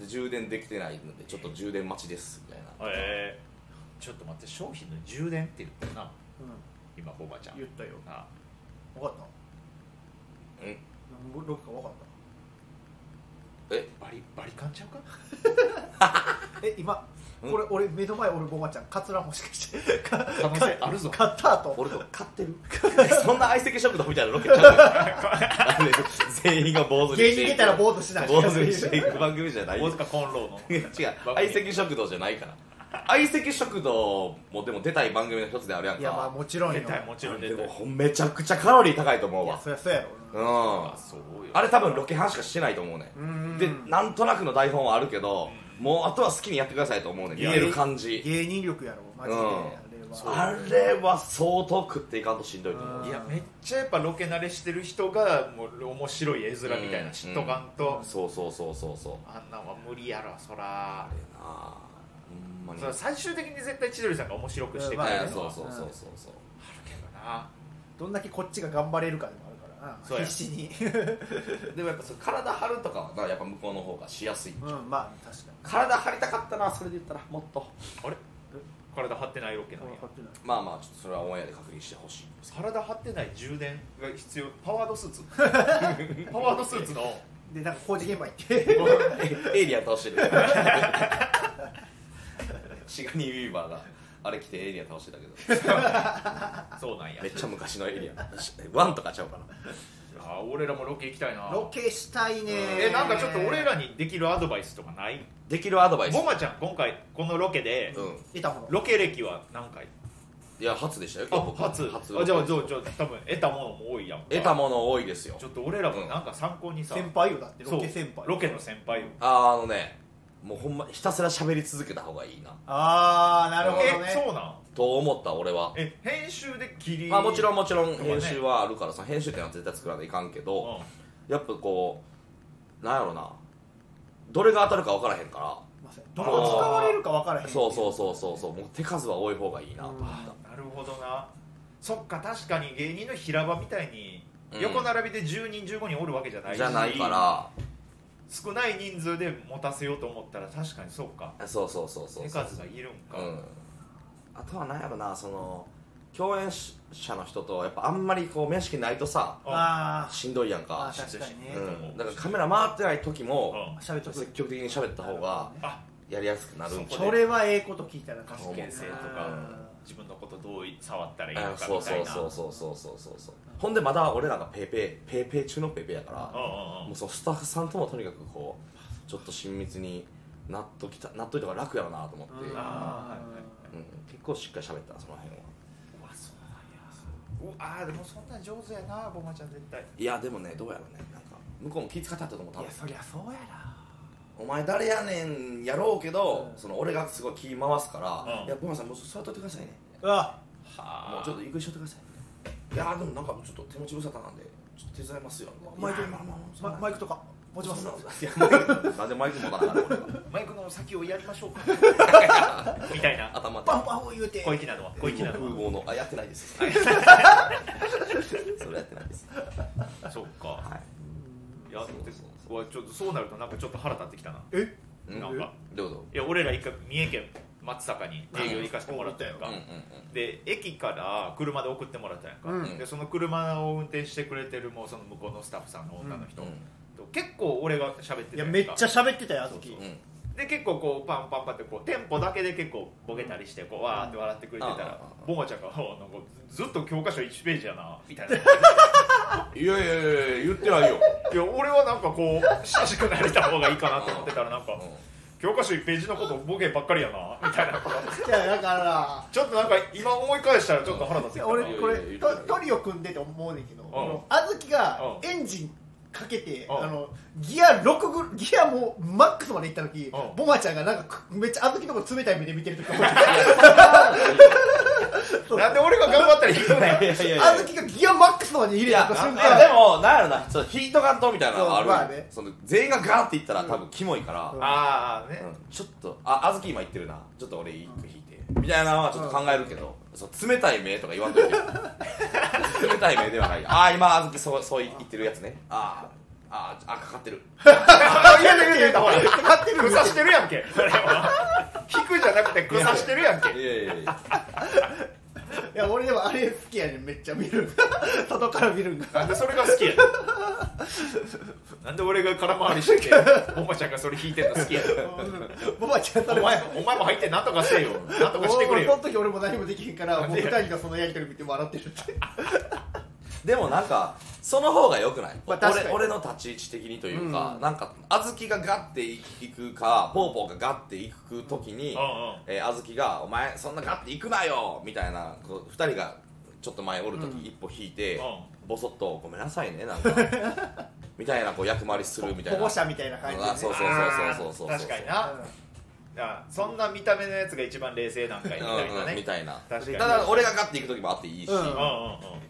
[SPEAKER 2] で充電できてないのでちょっと充電待ちですみたいな
[SPEAKER 3] えーちょっと待って商品の充電って言ったよな
[SPEAKER 1] ーうん
[SPEAKER 3] 今ボマちゃん
[SPEAKER 1] 言ったよ
[SPEAKER 3] あ
[SPEAKER 1] 分かった
[SPEAKER 2] うん
[SPEAKER 1] 何ロケか分かっ
[SPEAKER 2] え
[SPEAKER 3] バリバリカンちゃうか
[SPEAKER 1] たえ今
[SPEAKER 2] うん
[SPEAKER 1] これ俺目の前俺ボマちゃんカツラもしかして
[SPEAKER 3] 可能性あるぞ
[SPEAKER 1] 買った後
[SPEAKER 2] 俺と買ってる そんな相席食堂みたいなロケち ゃうよ全員が坊主に
[SPEAKER 1] 芸人出たら
[SPEAKER 2] 坊
[SPEAKER 1] 坊主しない
[SPEAKER 2] 主にしていく番組じゃないよ
[SPEAKER 3] 大塚コンローの
[SPEAKER 2] 違う相席食堂じゃないから相席食堂もでも出たい番組の一つであるやんか
[SPEAKER 1] いやまあもちろんよ
[SPEAKER 3] 絶対もちろん出
[SPEAKER 2] で
[SPEAKER 3] て
[SPEAKER 2] もほんめちゃくちゃカロリー高いと思う
[SPEAKER 1] いや
[SPEAKER 2] わ
[SPEAKER 1] そりゃそうやろ
[SPEAKER 2] う
[SPEAKER 3] あ
[SPEAKER 2] ん
[SPEAKER 3] そうよ
[SPEAKER 2] あれ多分ロケ班しかしてないと思うね
[SPEAKER 1] うん
[SPEAKER 2] でなんとなくの台本はあるけどもうあとは好きにやってくださいと思うね
[SPEAKER 3] い
[SPEAKER 2] 言
[SPEAKER 3] や
[SPEAKER 2] える感じ
[SPEAKER 1] 芸人力やろマジで
[SPEAKER 2] うんあれは相当食っていかんとしんどいと思う
[SPEAKER 3] いやめっちゃやっぱロケ慣れしてる人がもう面白い絵面みたいな嫉妬感と、
[SPEAKER 2] そうそうそうそうそう
[SPEAKER 3] あんなんは無理やろそら
[SPEAKER 2] あれなあほんまに
[SPEAKER 3] そら最終的に絶対千鳥さんが面白くしてく
[SPEAKER 1] まあ
[SPEAKER 3] れ
[SPEAKER 1] ね
[SPEAKER 2] い
[SPEAKER 3] る
[SPEAKER 2] や
[SPEAKER 3] の
[SPEAKER 2] そ
[SPEAKER 3] は
[SPEAKER 2] うそうそうそうそう
[SPEAKER 3] あるけどな
[SPEAKER 1] どんだけこっちが頑張れるかでもあるからな
[SPEAKER 3] そうや
[SPEAKER 1] 必死に
[SPEAKER 2] でもやっぱその体張るとかはなやっぱ向こうの方がしやすい
[SPEAKER 1] うんまあ確か
[SPEAKER 2] 体張りたかったなそれで言ったらもっと
[SPEAKER 3] あれ体張ってないロケなんや
[SPEAKER 1] に分かってない
[SPEAKER 2] まあまあちょっとそれはオンエアで確認してほ しい
[SPEAKER 3] 体張ってない充電が必要パワードスー ツパワードスーツの
[SPEAKER 1] でなんか工事現場行って
[SPEAKER 2] エイリアン倒してる シガニー・ウィーバーがあれ着てエイリアン倒してたけど
[SPEAKER 3] そうなんや
[SPEAKER 2] めっちゃ昔のエイリアンワンとかちゃうか
[SPEAKER 3] あー俺らもロケ行きたいな
[SPEAKER 1] ロケしたいね
[SPEAKER 3] えなんかちょっと俺らにできるアドバイスとかない
[SPEAKER 2] なできるアドバイス
[SPEAKER 3] ボマちゃん今回このロケで
[SPEAKER 2] うん
[SPEAKER 1] 得たもの
[SPEAKER 3] ロケ歴は何回
[SPEAKER 2] いや初でしたよ
[SPEAKER 3] あ
[SPEAKER 2] 今日僕
[SPEAKER 3] 初
[SPEAKER 2] 初
[SPEAKER 3] あじゃあじゃあじゃあ多分得たものも多いやんか
[SPEAKER 2] 得たもの多いですよ
[SPEAKER 3] ちょっと俺らもなんか参考にさ、
[SPEAKER 1] 先輩よだって
[SPEAKER 3] そ
[SPEAKER 1] ロ
[SPEAKER 3] う
[SPEAKER 1] ケ先輩
[SPEAKER 3] ロケの先輩よ
[SPEAKER 2] あーあのねもうほんまひたすら喋り続けた方がいいな
[SPEAKER 1] ああなるほどね
[SPEAKER 3] えそうなん
[SPEAKER 2] と思った俺は
[SPEAKER 3] え編集で切り
[SPEAKER 2] まあもちろん
[SPEAKER 3] ん、
[SPEAKER 2] もちろん
[SPEAKER 3] ね
[SPEAKER 2] 編集はあるからさ編集点は絶対作らないかんけ
[SPEAKER 3] う
[SPEAKER 2] ど
[SPEAKER 3] ん
[SPEAKER 2] やっぱこうなんやろなどれが当たるか分からへんか
[SPEAKER 1] まあそうやどこ使われるか分からへん
[SPEAKER 2] らそうそうそうそうそうもう手数は多い方がいいなと思っ
[SPEAKER 3] あなるほどなそっか確かに芸人の平場みたいに
[SPEAKER 2] うん
[SPEAKER 3] 横並びで10人15人おるわけじゃない
[SPEAKER 2] た
[SPEAKER 3] し
[SPEAKER 2] じゃないから
[SPEAKER 3] 少ない人数で持たせようと思ったら確かにそうか
[SPEAKER 2] あそうそうそうそう
[SPEAKER 3] 手
[SPEAKER 2] そう
[SPEAKER 3] 数がいるんか、
[SPEAKER 2] うん、あとはなんやろなその共演者の人とやっぱあんまりこう面識ないとさ
[SPEAKER 1] あ
[SPEAKER 2] しんどいやん
[SPEAKER 1] あ
[SPEAKER 2] か
[SPEAKER 1] ー確かにね
[SPEAKER 2] う
[SPEAKER 3] ー
[SPEAKER 2] ん、だからカメラ回ってない時も
[SPEAKER 1] あ喋っとく
[SPEAKER 2] 積極的に喋った方が
[SPEAKER 3] あ
[SPEAKER 2] やりやすくなるんちゃう
[SPEAKER 1] それはええこと聞いたら確かに
[SPEAKER 3] 危険性とか自分のことどう触ったらいいのか
[SPEAKER 2] あ
[SPEAKER 3] みたい
[SPEAKER 2] そ
[SPEAKER 3] な
[SPEAKER 2] うそうそうそうそうそうそうそうほんでまだ俺なんかペーペーペーペー中のペーペーやから
[SPEAKER 3] うんうんう
[SPEAKER 2] も
[SPEAKER 3] ん
[SPEAKER 2] うそのスタッフさんともとにかくこうちょっと親密になっときたなっといた方が楽やろなと思って、
[SPEAKER 1] うん
[SPEAKER 2] う
[SPEAKER 3] あーはいはい
[SPEAKER 2] ん、結構しっかり喋ったその辺は
[SPEAKER 3] うわそうなんやうあーでもそんなん上手やなボマちゃん絶対
[SPEAKER 2] いやでもねどうやろうねなんか向こうも気遣ってあったと思う多
[SPEAKER 1] い
[SPEAKER 2] 分
[SPEAKER 1] やそりゃそうやな
[SPEAKER 2] お前誰やねんやろうけど、
[SPEAKER 1] うん
[SPEAKER 2] その俺がすごい気回すから、
[SPEAKER 3] うん
[SPEAKER 2] いやごめんなさいもう座っといてくださいね
[SPEAKER 1] うわ
[SPEAKER 3] は
[SPEAKER 2] もうちょっとゆっくりしといてくださいいやでもなんかちょっと手持ち無沙汰なんでちょっと手伝いますよ
[SPEAKER 1] マイク
[SPEAKER 2] いやまあまあそんな
[SPEAKER 1] ママイクとか持ちます
[SPEAKER 2] そんないやマイクなんでマイク持たなあかんの俺は
[SPEAKER 3] マイクの先をやりま しょうかみたいな
[SPEAKER 2] 頭
[SPEAKER 1] パンパン言うて
[SPEAKER 3] 小粋なのは小粋な
[SPEAKER 2] 空
[SPEAKER 3] の
[SPEAKER 2] 港のあやってな いですそれやってないです
[SPEAKER 3] はそっか
[SPEAKER 2] はい
[SPEAKER 3] いや
[SPEAKER 2] そう
[SPEAKER 3] で
[SPEAKER 2] そう
[SPEAKER 3] うわちょっとそうなるとなんかちょっと腹立ってきたな
[SPEAKER 1] え
[SPEAKER 2] うん
[SPEAKER 3] なんか
[SPEAKER 2] どうぞ
[SPEAKER 3] いや俺ら一回三重県松阪に営業行かせてもらったやん
[SPEAKER 2] うん
[SPEAKER 3] か
[SPEAKER 2] うんうん
[SPEAKER 3] で駅から車で送ってもらったやんか、
[SPEAKER 1] うん
[SPEAKER 3] でその車を運転してくれてるもうその向こうのスタッフさんの女の人、
[SPEAKER 2] うん
[SPEAKER 3] と結構俺が喋って
[SPEAKER 1] いや
[SPEAKER 3] たんか
[SPEAKER 1] めっちゃ喋ってたよあの時
[SPEAKER 2] うん
[SPEAKER 3] で結構こうパンパンパンってこうテンポだけで結構ボケたりしてこうわーって笑ってくれてたら
[SPEAKER 2] うん
[SPEAKER 3] ボマちゃんがおうなんかずっと教科書1ページやなみたいない
[SPEAKER 2] いやいやいや言ってないよ
[SPEAKER 3] や俺はなんかこう親しくなれた方がいいかなと思ってたらなんか教科書1ページのことボケばっかりやなみたいなこと
[SPEAKER 1] いやだから
[SPEAKER 3] ちょっとなんか今思い返したらちょっと腹立
[SPEAKER 1] い
[SPEAKER 3] つけ
[SPEAKER 1] や
[SPEAKER 3] ど
[SPEAKER 1] 俺
[SPEAKER 3] な
[SPEAKER 1] これ
[SPEAKER 2] いやいやいや
[SPEAKER 1] トトリオ組んでて思うねんけど、
[SPEAKER 3] ん
[SPEAKER 1] あずきが
[SPEAKER 3] うん
[SPEAKER 1] エンジンかけて、
[SPEAKER 3] うん
[SPEAKER 1] あのギア6ぐギアもうマックスまでいった時、
[SPEAKER 3] ん
[SPEAKER 1] ボマちゃんがなんかくめっちゃあずきのこと冷たい目で見てる時思って
[SPEAKER 3] なんで俺が頑張ったら言うねん
[SPEAKER 2] いやいやいや
[SPEAKER 1] あずきがギアマックスまで入れた瞬
[SPEAKER 2] あで
[SPEAKER 1] 間
[SPEAKER 2] もなんやろなちょっとヒートガンとみたいなのがあ
[SPEAKER 1] そ
[SPEAKER 2] る
[SPEAKER 1] うまあね
[SPEAKER 2] その全員がガーっていったら多分キモいから
[SPEAKER 1] うん
[SPEAKER 3] ああね
[SPEAKER 2] うんちょっとああずき今言ってるなちょっと俺一個引いてみたいなのはちょっと考えるけどそう冷たい目とか言わんといてよ冷たい目ではないああ今あずきそうそう言ってるやつねあーあーあかかってる
[SPEAKER 3] あ言うてる言うてるほら
[SPEAKER 1] 勝手に
[SPEAKER 3] 草してるやんけそれは引くじゃなくて草してるやんけ
[SPEAKER 2] いやいやいや
[SPEAKER 1] いや俺でもあれ好きやねんめっちゃ見る外から見るんが
[SPEAKER 3] なんでそれが好きやねんなんで俺が空回りしてておばちゃんがそれ弾いてんの好きやねん
[SPEAKER 1] ボマちゃんそれ
[SPEAKER 3] お前お前も入ってなんとかせえよなんとかしてく
[SPEAKER 1] も
[SPEAKER 3] れ
[SPEAKER 1] う
[SPEAKER 3] よ
[SPEAKER 1] その時俺も何もできへんからもう二人がそのやり取り見て笑ってるって
[SPEAKER 2] でもなんかその方が良くない、
[SPEAKER 1] まあ確かに
[SPEAKER 2] 俺俺の立ち位置的にというか、なんか小豆がガッていくかぽーぽーがガッていく時に、
[SPEAKER 3] うんうん
[SPEAKER 2] えー、小豆が「お前そんなガッていくなよ」みたいなこう2人がちょっと前おる時、
[SPEAKER 1] うん
[SPEAKER 2] 一歩引いて、
[SPEAKER 3] うん
[SPEAKER 2] ボソッと「ごめんなさいね」なんか みたいなこう役回りするみたい
[SPEAKER 1] 保
[SPEAKER 2] な
[SPEAKER 1] 護者みたいな感じで、ね、
[SPEAKER 2] あそうそうそうそうそうそう
[SPEAKER 3] あー確かになあそんな見た目のやつが一番冷静なんかいみたいな
[SPEAKER 2] うんうん
[SPEAKER 3] ね
[SPEAKER 2] みたいな
[SPEAKER 3] 確かに
[SPEAKER 2] ただ俺がガッていく時もあっていいし、
[SPEAKER 1] うん
[SPEAKER 3] うんうんうん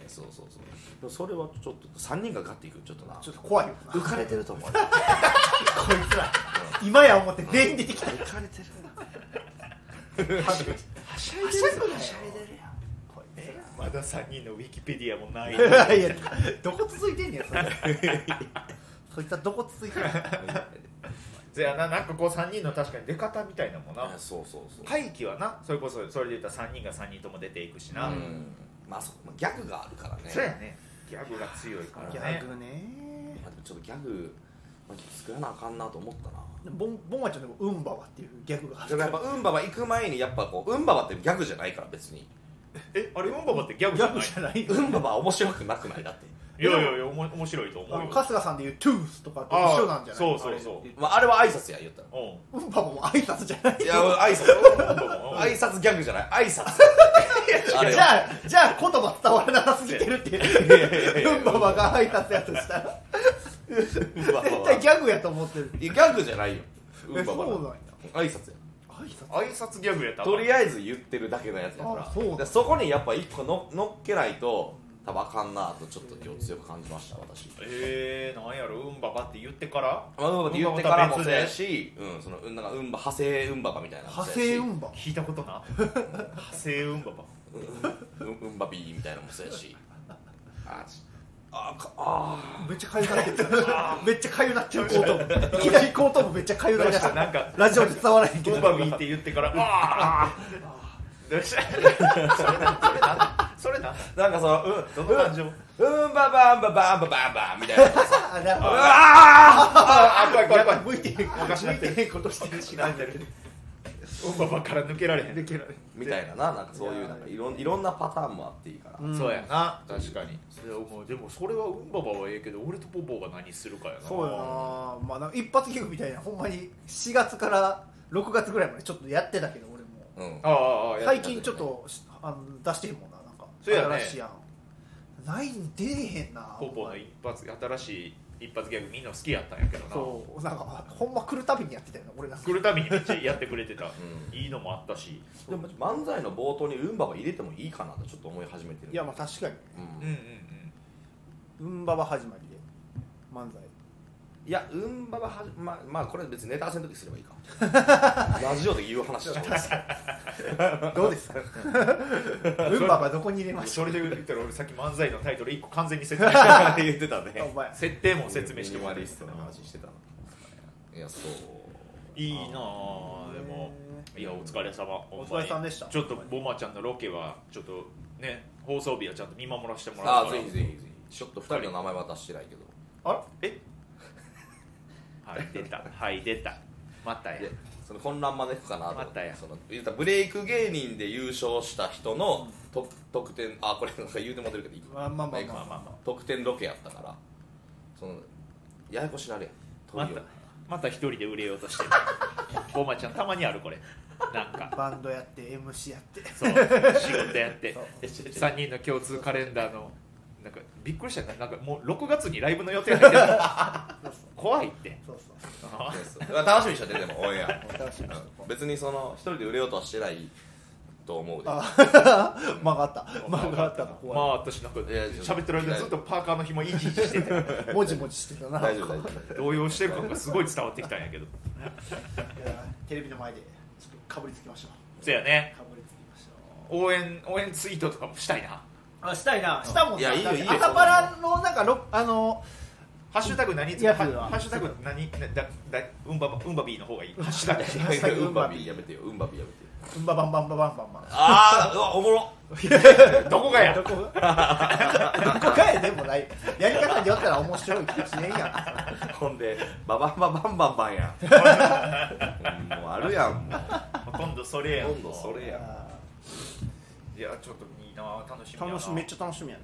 [SPEAKER 2] そうそうそうでもそれはちょっと3人がガッていくちょっとな
[SPEAKER 1] ちょっと怖いよな
[SPEAKER 2] 浮かれてると 思う
[SPEAKER 1] こいつら、今や思って全員出てきた。
[SPEAKER 2] 浮かれてる
[SPEAKER 1] はしゃぐなよこい
[SPEAKER 3] えまだ3人のウィキペディアもない
[SPEAKER 1] つらいや、どこ続いてんねん、それ。そいつはどこ続いてんねん。
[SPEAKER 3] そやななんかこう3人の確かに出方みたいなもんな
[SPEAKER 2] あそうそうそう
[SPEAKER 3] 会議はなそれこそそれで言ったら3人が3人とも出ていくしな、
[SPEAKER 2] うんまあそまあギャグがあるからね
[SPEAKER 3] そうやねギャグが強いから
[SPEAKER 1] ギ
[SPEAKER 3] ね
[SPEAKER 1] ャグね。
[SPEAKER 2] まあでもちょっとギャグ、まあ、作らなあかんなと思ったな
[SPEAKER 1] ボンボンマちゃんでもウンバワっていうギャグがあ
[SPEAKER 2] で
[SPEAKER 1] る
[SPEAKER 2] もやっぱウンババ行く前にやっぱこうウンババってギャグじゃないから別に
[SPEAKER 3] えあれウンババってギャグ
[SPEAKER 1] ギ
[SPEAKER 3] じゃ
[SPEAKER 1] ャ
[SPEAKER 3] な
[SPEAKER 1] グ
[SPEAKER 3] い
[SPEAKER 1] じゃない
[SPEAKER 2] ウンババは面白くなくないだって、
[SPEAKER 3] いやいやいやおも面白いと思
[SPEAKER 1] あ
[SPEAKER 3] う
[SPEAKER 1] の
[SPEAKER 3] よ
[SPEAKER 1] 春日さんでいうトゥースとかと一緒なんじゃない
[SPEAKER 3] あーそうそうそう
[SPEAKER 1] あれ
[SPEAKER 2] まあ、あれは挨拶や言ったら
[SPEAKER 3] うん
[SPEAKER 1] ウンバワも挨拶じゃない
[SPEAKER 2] いや挨拶挨拶ギャグじゃない挨拶 あれ
[SPEAKER 1] じ
[SPEAKER 2] は
[SPEAKER 1] ゃあ、じゃあ言葉伝わらなさすぎてるってウンバワが挨拶やとしたら
[SPEAKER 2] ウンババ
[SPEAKER 1] 絶
[SPEAKER 2] は
[SPEAKER 1] 対ギャグやと思ってる
[SPEAKER 2] いやギャグじゃないよウ
[SPEAKER 1] え
[SPEAKER 2] ンバ
[SPEAKER 1] そ
[SPEAKER 2] バ
[SPEAKER 1] うなんや
[SPEAKER 2] は挨拶や
[SPEAKER 1] 挨拶
[SPEAKER 3] 挨拶ギャグやった
[SPEAKER 2] とりあえず言ってるだけのやつやか
[SPEAKER 1] あ
[SPEAKER 2] ら
[SPEAKER 1] そうだ
[SPEAKER 2] でそこにやっぱ一個の乗っけないと多分あかんなとちょっと今日強く感じました私
[SPEAKER 3] えー、なんやろウンババって言ってから
[SPEAKER 2] まあ、ウンバって言ってからもそうやし、うん、そのうんなんかウンバ派生ウンババみたいなのも
[SPEAKER 1] 派
[SPEAKER 2] そうやし
[SPEAKER 1] 生ウンバワ
[SPEAKER 3] 聞いたことな 派生ウンババ
[SPEAKER 2] うんウンバビーみたいなのもそうやしあちあかあ
[SPEAKER 1] めっちゃかゆなってるめっちゃかゆなってる後頭部いきなり後頭部めっちゃかゆなりだした
[SPEAKER 3] なんか
[SPEAKER 1] ラジオに伝わらへんけ
[SPEAKER 3] ボ
[SPEAKER 1] ど
[SPEAKER 3] ンバミーって言って からあーどうしたそれなんそれ
[SPEAKER 2] ーなんかそのうん
[SPEAKER 3] なんどの感情
[SPEAKER 2] うんばばんばばんばばんばんみたいな
[SPEAKER 1] あなるほど
[SPEAKER 2] あ
[SPEAKER 3] あー怖い怖い
[SPEAKER 1] や
[SPEAKER 3] 怖い
[SPEAKER 1] ばい向いてへん向いてへんことしてるし
[SPEAKER 3] なんでボンババから抜けられへん
[SPEAKER 1] できる
[SPEAKER 2] みたいなななんかそういうなんかいろんいろんなパターンもあっていいから、
[SPEAKER 1] ん
[SPEAKER 3] そうやな確かにそれはもうでもそれはウンババはええけど俺とポポが何するかやな
[SPEAKER 1] そうやなまあなんか一発ギャグみたいなほんまに4月から6月ぐらいまでちょっとやってたけど俺も
[SPEAKER 2] うん
[SPEAKER 3] ああああ
[SPEAKER 1] 最近ちょっとしあの出してへんもんななんか
[SPEAKER 3] そうやね
[SPEAKER 1] 新しいやんない出えへんな
[SPEAKER 3] ポポの一発新しい一発ギャグみんな好きやったんやけどな
[SPEAKER 1] そうなんかほんま来るたびにやってたよな俺なんか
[SPEAKER 3] 来るたびにめっちゃやってくれてた、
[SPEAKER 2] う
[SPEAKER 3] いいのもあったし
[SPEAKER 2] でも漫才の冒頭にウンバは入れてもいいかなとちょっと思い始めてる
[SPEAKER 1] いやまあ確かに
[SPEAKER 2] う
[SPEAKER 3] うんんうんうん
[SPEAKER 1] うんばば始まりで漫才
[SPEAKER 2] いや、うんばばはじ、まあ、まあ、これ別にネタ合わせの時すればいいか。 ラジオで言う話じゃないです。
[SPEAKER 1] どうです かうんばばどこに入れまし
[SPEAKER 3] それで言ったら俺さっき漫才のタイトル1個完全に説明
[SPEAKER 2] 言ってたね
[SPEAKER 1] たお前
[SPEAKER 3] 設定も 説明しても
[SPEAKER 2] マ
[SPEAKER 3] らって
[SPEAKER 2] リストの話してたの。いや、そう。
[SPEAKER 3] いいなあでもいやお疲れ様お
[SPEAKER 1] お疲れさんでした
[SPEAKER 3] ちょっとボマちゃんのロケはちょっとね放送日はちゃんと見守らせてもら
[SPEAKER 2] あ
[SPEAKER 3] う
[SPEAKER 2] あ、
[SPEAKER 3] から
[SPEAKER 2] ぜひぜひぜひ。ちょっと二人の名前渡してないけど。
[SPEAKER 1] あら
[SPEAKER 3] えはい出 たはい出たまたや
[SPEAKER 2] で、その混乱招くかなと思っ
[SPEAKER 3] また
[SPEAKER 2] て
[SPEAKER 3] や。
[SPEAKER 2] その、言ったらブレイク芸人で優勝した人の、と、得点、あ、これなんか言うてもらってるけど、いい
[SPEAKER 1] まあまあまあ
[SPEAKER 2] まあ
[SPEAKER 3] まあ
[SPEAKER 1] ま
[SPEAKER 3] まあま
[SPEAKER 2] 得点ロケやったから。その、ややこしなるやん。
[SPEAKER 3] あま
[SPEAKER 2] トリ
[SPEAKER 3] た
[SPEAKER 2] オ
[SPEAKER 3] また一人で売れようとしてるボマちゃんたまにあるこれなん
[SPEAKER 1] あ
[SPEAKER 3] か
[SPEAKER 1] バンドやって MC やって
[SPEAKER 3] そう仕事やって
[SPEAKER 1] そう
[SPEAKER 3] 3人の共通カレンダーのなんかびっくりしたよなんかもう6月にライブの予定入ってる 怖いって
[SPEAKER 1] そうそ
[SPEAKER 2] そうそう楽しみにしちゃってるでもオンエア
[SPEAKER 1] う楽しみにしとこう
[SPEAKER 2] 別にその一人で売れようとはしてないと思うで
[SPEAKER 1] あ 間があった間があったの
[SPEAKER 3] ま
[SPEAKER 1] 怖
[SPEAKER 3] あ私なんか
[SPEAKER 2] いやいや
[SPEAKER 3] 喋ってる間ずっとパーカーの紐いじいじしてて
[SPEAKER 1] いもじもじしてたな
[SPEAKER 2] 大丈夫大丈夫
[SPEAKER 3] 動揺してる感がすごい伝わってきたんやけど
[SPEAKER 1] いやテレビの前でちょっとかぶりつきましょう
[SPEAKER 3] そうやね
[SPEAKER 1] かぶりつきましょう
[SPEAKER 3] 応援応援ツイートとかもしたいな
[SPEAKER 1] あしたいなしたもんない
[SPEAKER 2] やいいよいいよ
[SPEAKER 1] 朝パラのなんかろあの
[SPEAKER 3] ハッシュタグ何つ
[SPEAKER 1] い
[SPEAKER 3] ハ
[SPEAKER 1] や
[SPEAKER 3] ッ
[SPEAKER 1] そうだ
[SPEAKER 3] ハッシュタグ何なだだうんばばうんばビーの方がいいハッシ ュタグ
[SPEAKER 1] いやいや
[SPEAKER 2] ウンバビーやめてよウンバビーやめてよ
[SPEAKER 1] うんばばんばんばばんばんばん
[SPEAKER 2] ああうわおもろ
[SPEAKER 3] どこがや
[SPEAKER 1] どこどこかやでもないやり方によったら面白い気がしねえや
[SPEAKER 2] ほんでババンババンバンバンや んもうあるやんもう
[SPEAKER 3] 今度それやん
[SPEAKER 2] 今度それ
[SPEAKER 1] ん
[SPEAKER 2] や
[SPEAKER 3] いやちょっといいな楽しみやな
[SPEAKER 1] 楽しみめっちゃ楽しみやね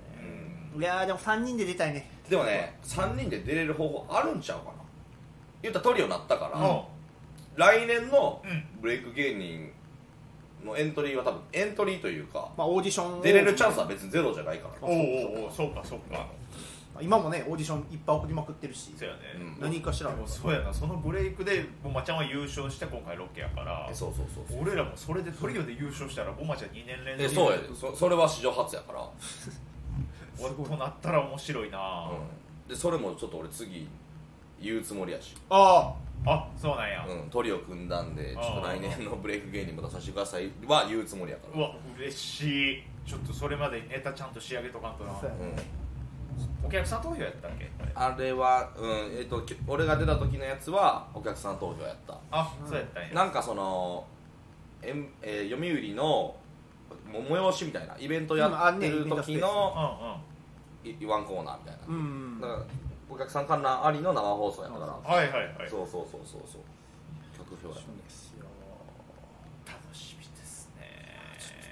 [SPEAKER 2] うん
[SPEAKER 1] いやーでも3人で出たいね
[SPEAKER 2] でもね3人で出れる方法あるんちゃうかな言ったらトリオになったから、
[SPEAKER 3] うん
[SPEAKER 2] 来年の
[SPEAKER 3] うん
[SPEAKER 2] ブレイク芸人のエントリーは多分エントリーというか
[SPEAKER 1] まあオーディションを
[SPEAKER 2] 出れるチャンスは別にゼロじゃないから
[SPEAKER 3] おうおうおうそうかそうか
[SPEAKER 1] 今もねオーディションいっぱい送りまくってるし
[SPEAKER 3] そうやね、
[SPEAKER 2] うん
[SPEAKER 1] 何かしら
[SPEAKER 3] でもそうやなそのブレイクでボマちゃんは優勝して今回ロケやから
[SPEAKER 2] えそうそうそうそう
[SPEAKER 3] 俺らもそれでトリオで優勝したらボマちゃん2年連
[SPEAKER 2] え
[SPEAKER 3] 続
[SPEAKER 2] そうやでそそれは史上初やから、
[SPEAKER 3] となったら面白いな、
[SPEAKER 2] うん、でそれもちょっと俺次言うつもりやし、
[SPEAKER 1] あ
[SPEAKER 3] あそうなんや、
[SPEAKER 2] うん、トリオ組んだんでちょっと来年のブレイク芸人も出させてくださいは言うつもりやか
[SPEAKER 3] う
[SPEAKER 2] ら
[SPEAKER 3] わ嬉しいちょっとそれまでにネタちゃんと仕上げとかんとな
[SPEAKER 1] あそうや
[SPEAKER 2] うん、
[SPEAKER 3] お客さん投票やったっけあれ
[SPEAKER 2] あれは、うんえっとき俺が出た時のやつはお客さん投票やった
[SPEAKER 3] あ、そうやったんや
[SPEAKER 2] なんかその、えんえー読売のも催しみたいなイベントや
[SPEAKER 1] うんあん
[SPEAKER 2] っ
[SPEAKER 1] ね
[SPEAKER 2] て
[SPEAKER 1] ん
[SPEAKER 2] る時の
[SPEAKER 3] うんう
[SPEAKER 2] い
[SPEAKER 3] ん
[SPEAKER 2] 言わんコーナーみたいな、
[SPEAKER 1] うん
[SPEAKER 2] だからお客さん観覧ありの生放送やったから、
[SPEAKER 3] はいはいはい
[SPEAKER 2] そうそうそうそうそう客票やった
[SPEAKER 1] ですよ
[SPEAKER 3] 楽しみですね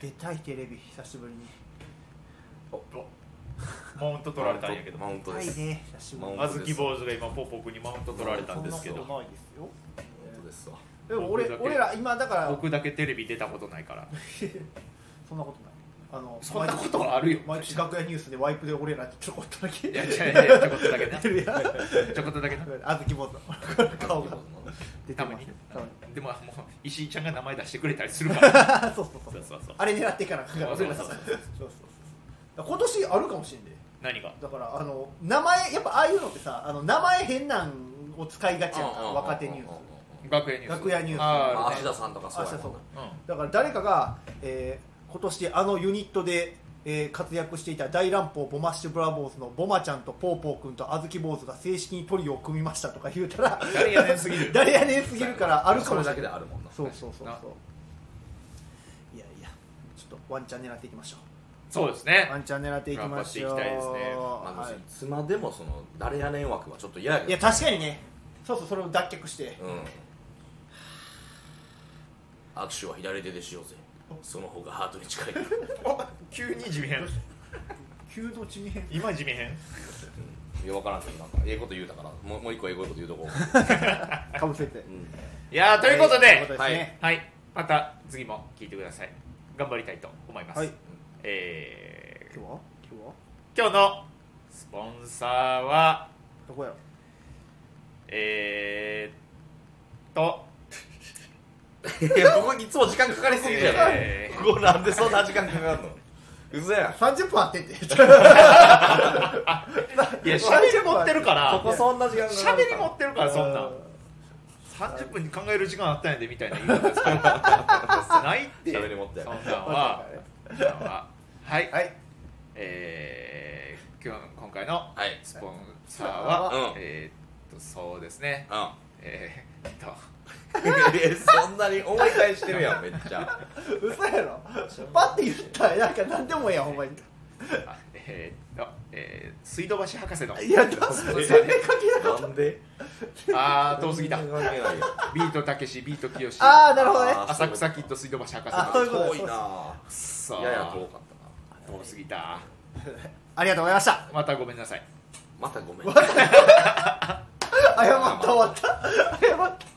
[SPEAKER 1] 出たいテレビ久しぶりに
[SPEAKER 3] マウント取られたんやけど
[SPEAKER 2] マウント
[SPEAKER 1] 出
[SPEAKER 2] で
[SPEAKER 1] たい
[SPEAKER 2] す
[SPEAKER 1] ね久しぶりに
[SPEAKER 2] マウン
[SPEAKER 3] あ
[SPEAKER 2] ト
[SPEAKER 3] ずき坊主が今ポーポー君にマウント取られたんですけ
[SPEAKER 1] そ
[SPEAKER 3] ど
[SPEAKER 1] んなことないですよ
[SPEAKER 2] マウントですわ
[SPEAKER 1] でも俺
[SPEAKER 3] 僕だけ
[SPEAKER 1] 俺ら今だから
[SPEAKER 3] 僕だけテレビ出たことないから
[SPEAKER 1] そんなことないあの
[SPEAKER 3] そんなことはあるよ
[SPEAKER 1] 毎年楽屋ニュースでワイプで俺らちょこっとだけ
[SPEAKER 3] いや違う違うちょこっとだけな
[SPEAKER 1] 出てるやん
[SPEAKER 3] ちょこっとだけな
[SPEAKER 1] あずき坊主の顔が出て
[SPEAKER 3] た
[SPEAKER 1] ま
[SPEAKER 3] まに
[SPEAKER 1] すたまに
[SPEAKER 3] でももう石井ちゃんが名前出してくれたりするから
[SPEAKER 1] あそうそうそう
[SPEAKER 3] そうそうそう
[SPEAKER 1] あれ狙っていかなあかんから
[SPEAKER 3] そう
[SPEAKER 1] そう
[SPEAKER 3] そうそ
[SPEAKER 1] そう
[SPEAKER 3] う
[SPEAKER 1] だから今年あるかもしれんで
[SPEAKER 3] 何が
[SPEAKER 1] だからあの名前やっぱああいうのってさあの名前変なんを使いがちやんか若手ニュース
[SPEAKER 3] 学園ニュース
[SPEAKER 1] 楽屋ニュース
[SPEAKER 3] あ
[SPEAKER 2] あ
[SPEAKER 3] ー
[SPEAKER 2] 芦田さんとかそう
[SPEAKER 1] あ
[SPEAKER 2] や
[SPEAKER 1] そう
[SPEAKER 2] も
[SPEAKER 1] そうん
[SPEAKER 3] うん
[SPEAKER 1] だから誰かが、えー今年あのユニットでえー活躍していた大乱暴ボマッシュブラボーズのボマちゃんとポーポー君とあずき坊主が正式にトリオを組みましたとか言うたら
[SPEAKER 3] 誰やねんすぎ る
[SPEAKER 1] 誰やねんすぎるからあるかもしれ
[SPEAKER 2] それだけで
[SPEAKER 1] ない
[SPEAKER 2] あるもんな
[SPEAKER 1] そうそうそうそう
[SPEAKER 3] ない
[SPEAKER 1] やいやちょっとワンチャン狙っていきましょ
[SPEAKER 3] そうです
[SPEAKER 1] うワ
[SPEAKER 3] ね
[SPEAKER 1] ンチャン狙っていきましょう
[SPEAKER 3] 頑張っていきたいですね
[SPEAKER 2] あの
[SPEAKER 1] はい
[SPEAKER 2] いつまでもその誰やねん枠はちょっと嫌や
[SPEAKER 1] い
[SPEAKER 2] け
[SPEAKER 1] や
[SPEAKER 2] ど
[SPEAKER 1] 確かにねそうそうそれを脱却して
[SPEAKER 2] うん握手は左手でしようぜその方がハートに近い
[SPEAKER 3] あ急に地味編
[SPEAKER 1] 急の地味変
[SPEAKER 3] 今地味編
[SPEAKER 2] いや分からんけどなんかええこと言うたからもうもう一個ええこと言うとこう、
[SPEAKER 1] かぶせて
[SPEAKER 2] うん
[SPEAKER 3] いやーということ
[SPEAKER 1] と
[SPEAKER 3] で、
[SPEAKER 1] いうこと
[SPEAKER 2] は
[SPEAKER 1] です
[SPEAKER 2] い
[SPEAKER 1] ね
[SPEAKER 3] はい、また次も聞いてください。頑張りたいと思います。
[SPEAKER 1] はい
[SPEAKER 3] えー
[SPEAKER 1] 今日は今日は
[SPEAKER 3] 今日のスポンサーは、
[SPEAKER 1] どこやろ
[SPEAKER 3] えー、と、
[SPEAKER 2] いやここいつも時間かかりすぎるやろ、
[SPEAKER 3] えー
[SPEAKER 2] ここなんでそんな時間かかるの嘘やん
[SPEAKER 1] 30分あってって
[SPEAKER 3] いや、喋り持ってるか
[SPEAKER 2] ここ
[SPEAKER 3] ら、
[SPEAKER 2] そんな時間かか
[SPEAKER 3] 喋
[SPEAKER 2] る
[SPEAKER 3] り持ってるから、そんな
[SPEAKER 1] あ
[SPEAKER 3] ん。30分に考える時間あったんやでみたいな言い方ですから ないって
[SPEAKER 2] 喋り持って
[SPEAKER 3] そんなんはそんなんははい、
[SPEAKER 1] ーはい
[SPEAKER 3] えー、今日の今回の
[SPEAKER 2] はい
[SPEAKER 3] スポンサーは、
[SPEAKER 2] うん
[SPEAKER 3] えーっとそうですね
[SPEAKER 2] うん
[SPEAKER 3] えー、っと
[SPEAKER 2] いやそんなに思い返してるやんめっちゃ
[SPEAKER 1] 嘘やろパッて言ったらなんか何でもええやんほんまに
[SPEAKER 3] あえーっと、えー、水道橋博士の
[SPEAKER 1] いやだそれ関係ない
[SPEAKER 2] なんで
[SPEAKER 3] あー遠すぎた
[SPEAKER 2] 全然関係ないよ
[SPEAKER 3] ビートたけしビートきよし
[SPEAKER 1] ああなるほどね
[SPEAKER 2] あー
[SPEAKER 3] 浅草キッド水道橋博士
[SPEAKER 1] あそういうこと
[SPEAKER 2] 遠いな
[SPEAKER 3] さ
[SPEAKER 2] やや遠かったな
[SPEAKER 3] 遠すぎた
[SPEAKER 1] ありがとうございました
[SPEAKER 3] またごめんなさい
[SPEAKER 2] またごめん
[SPEAKER 1] 謝った終わった謝った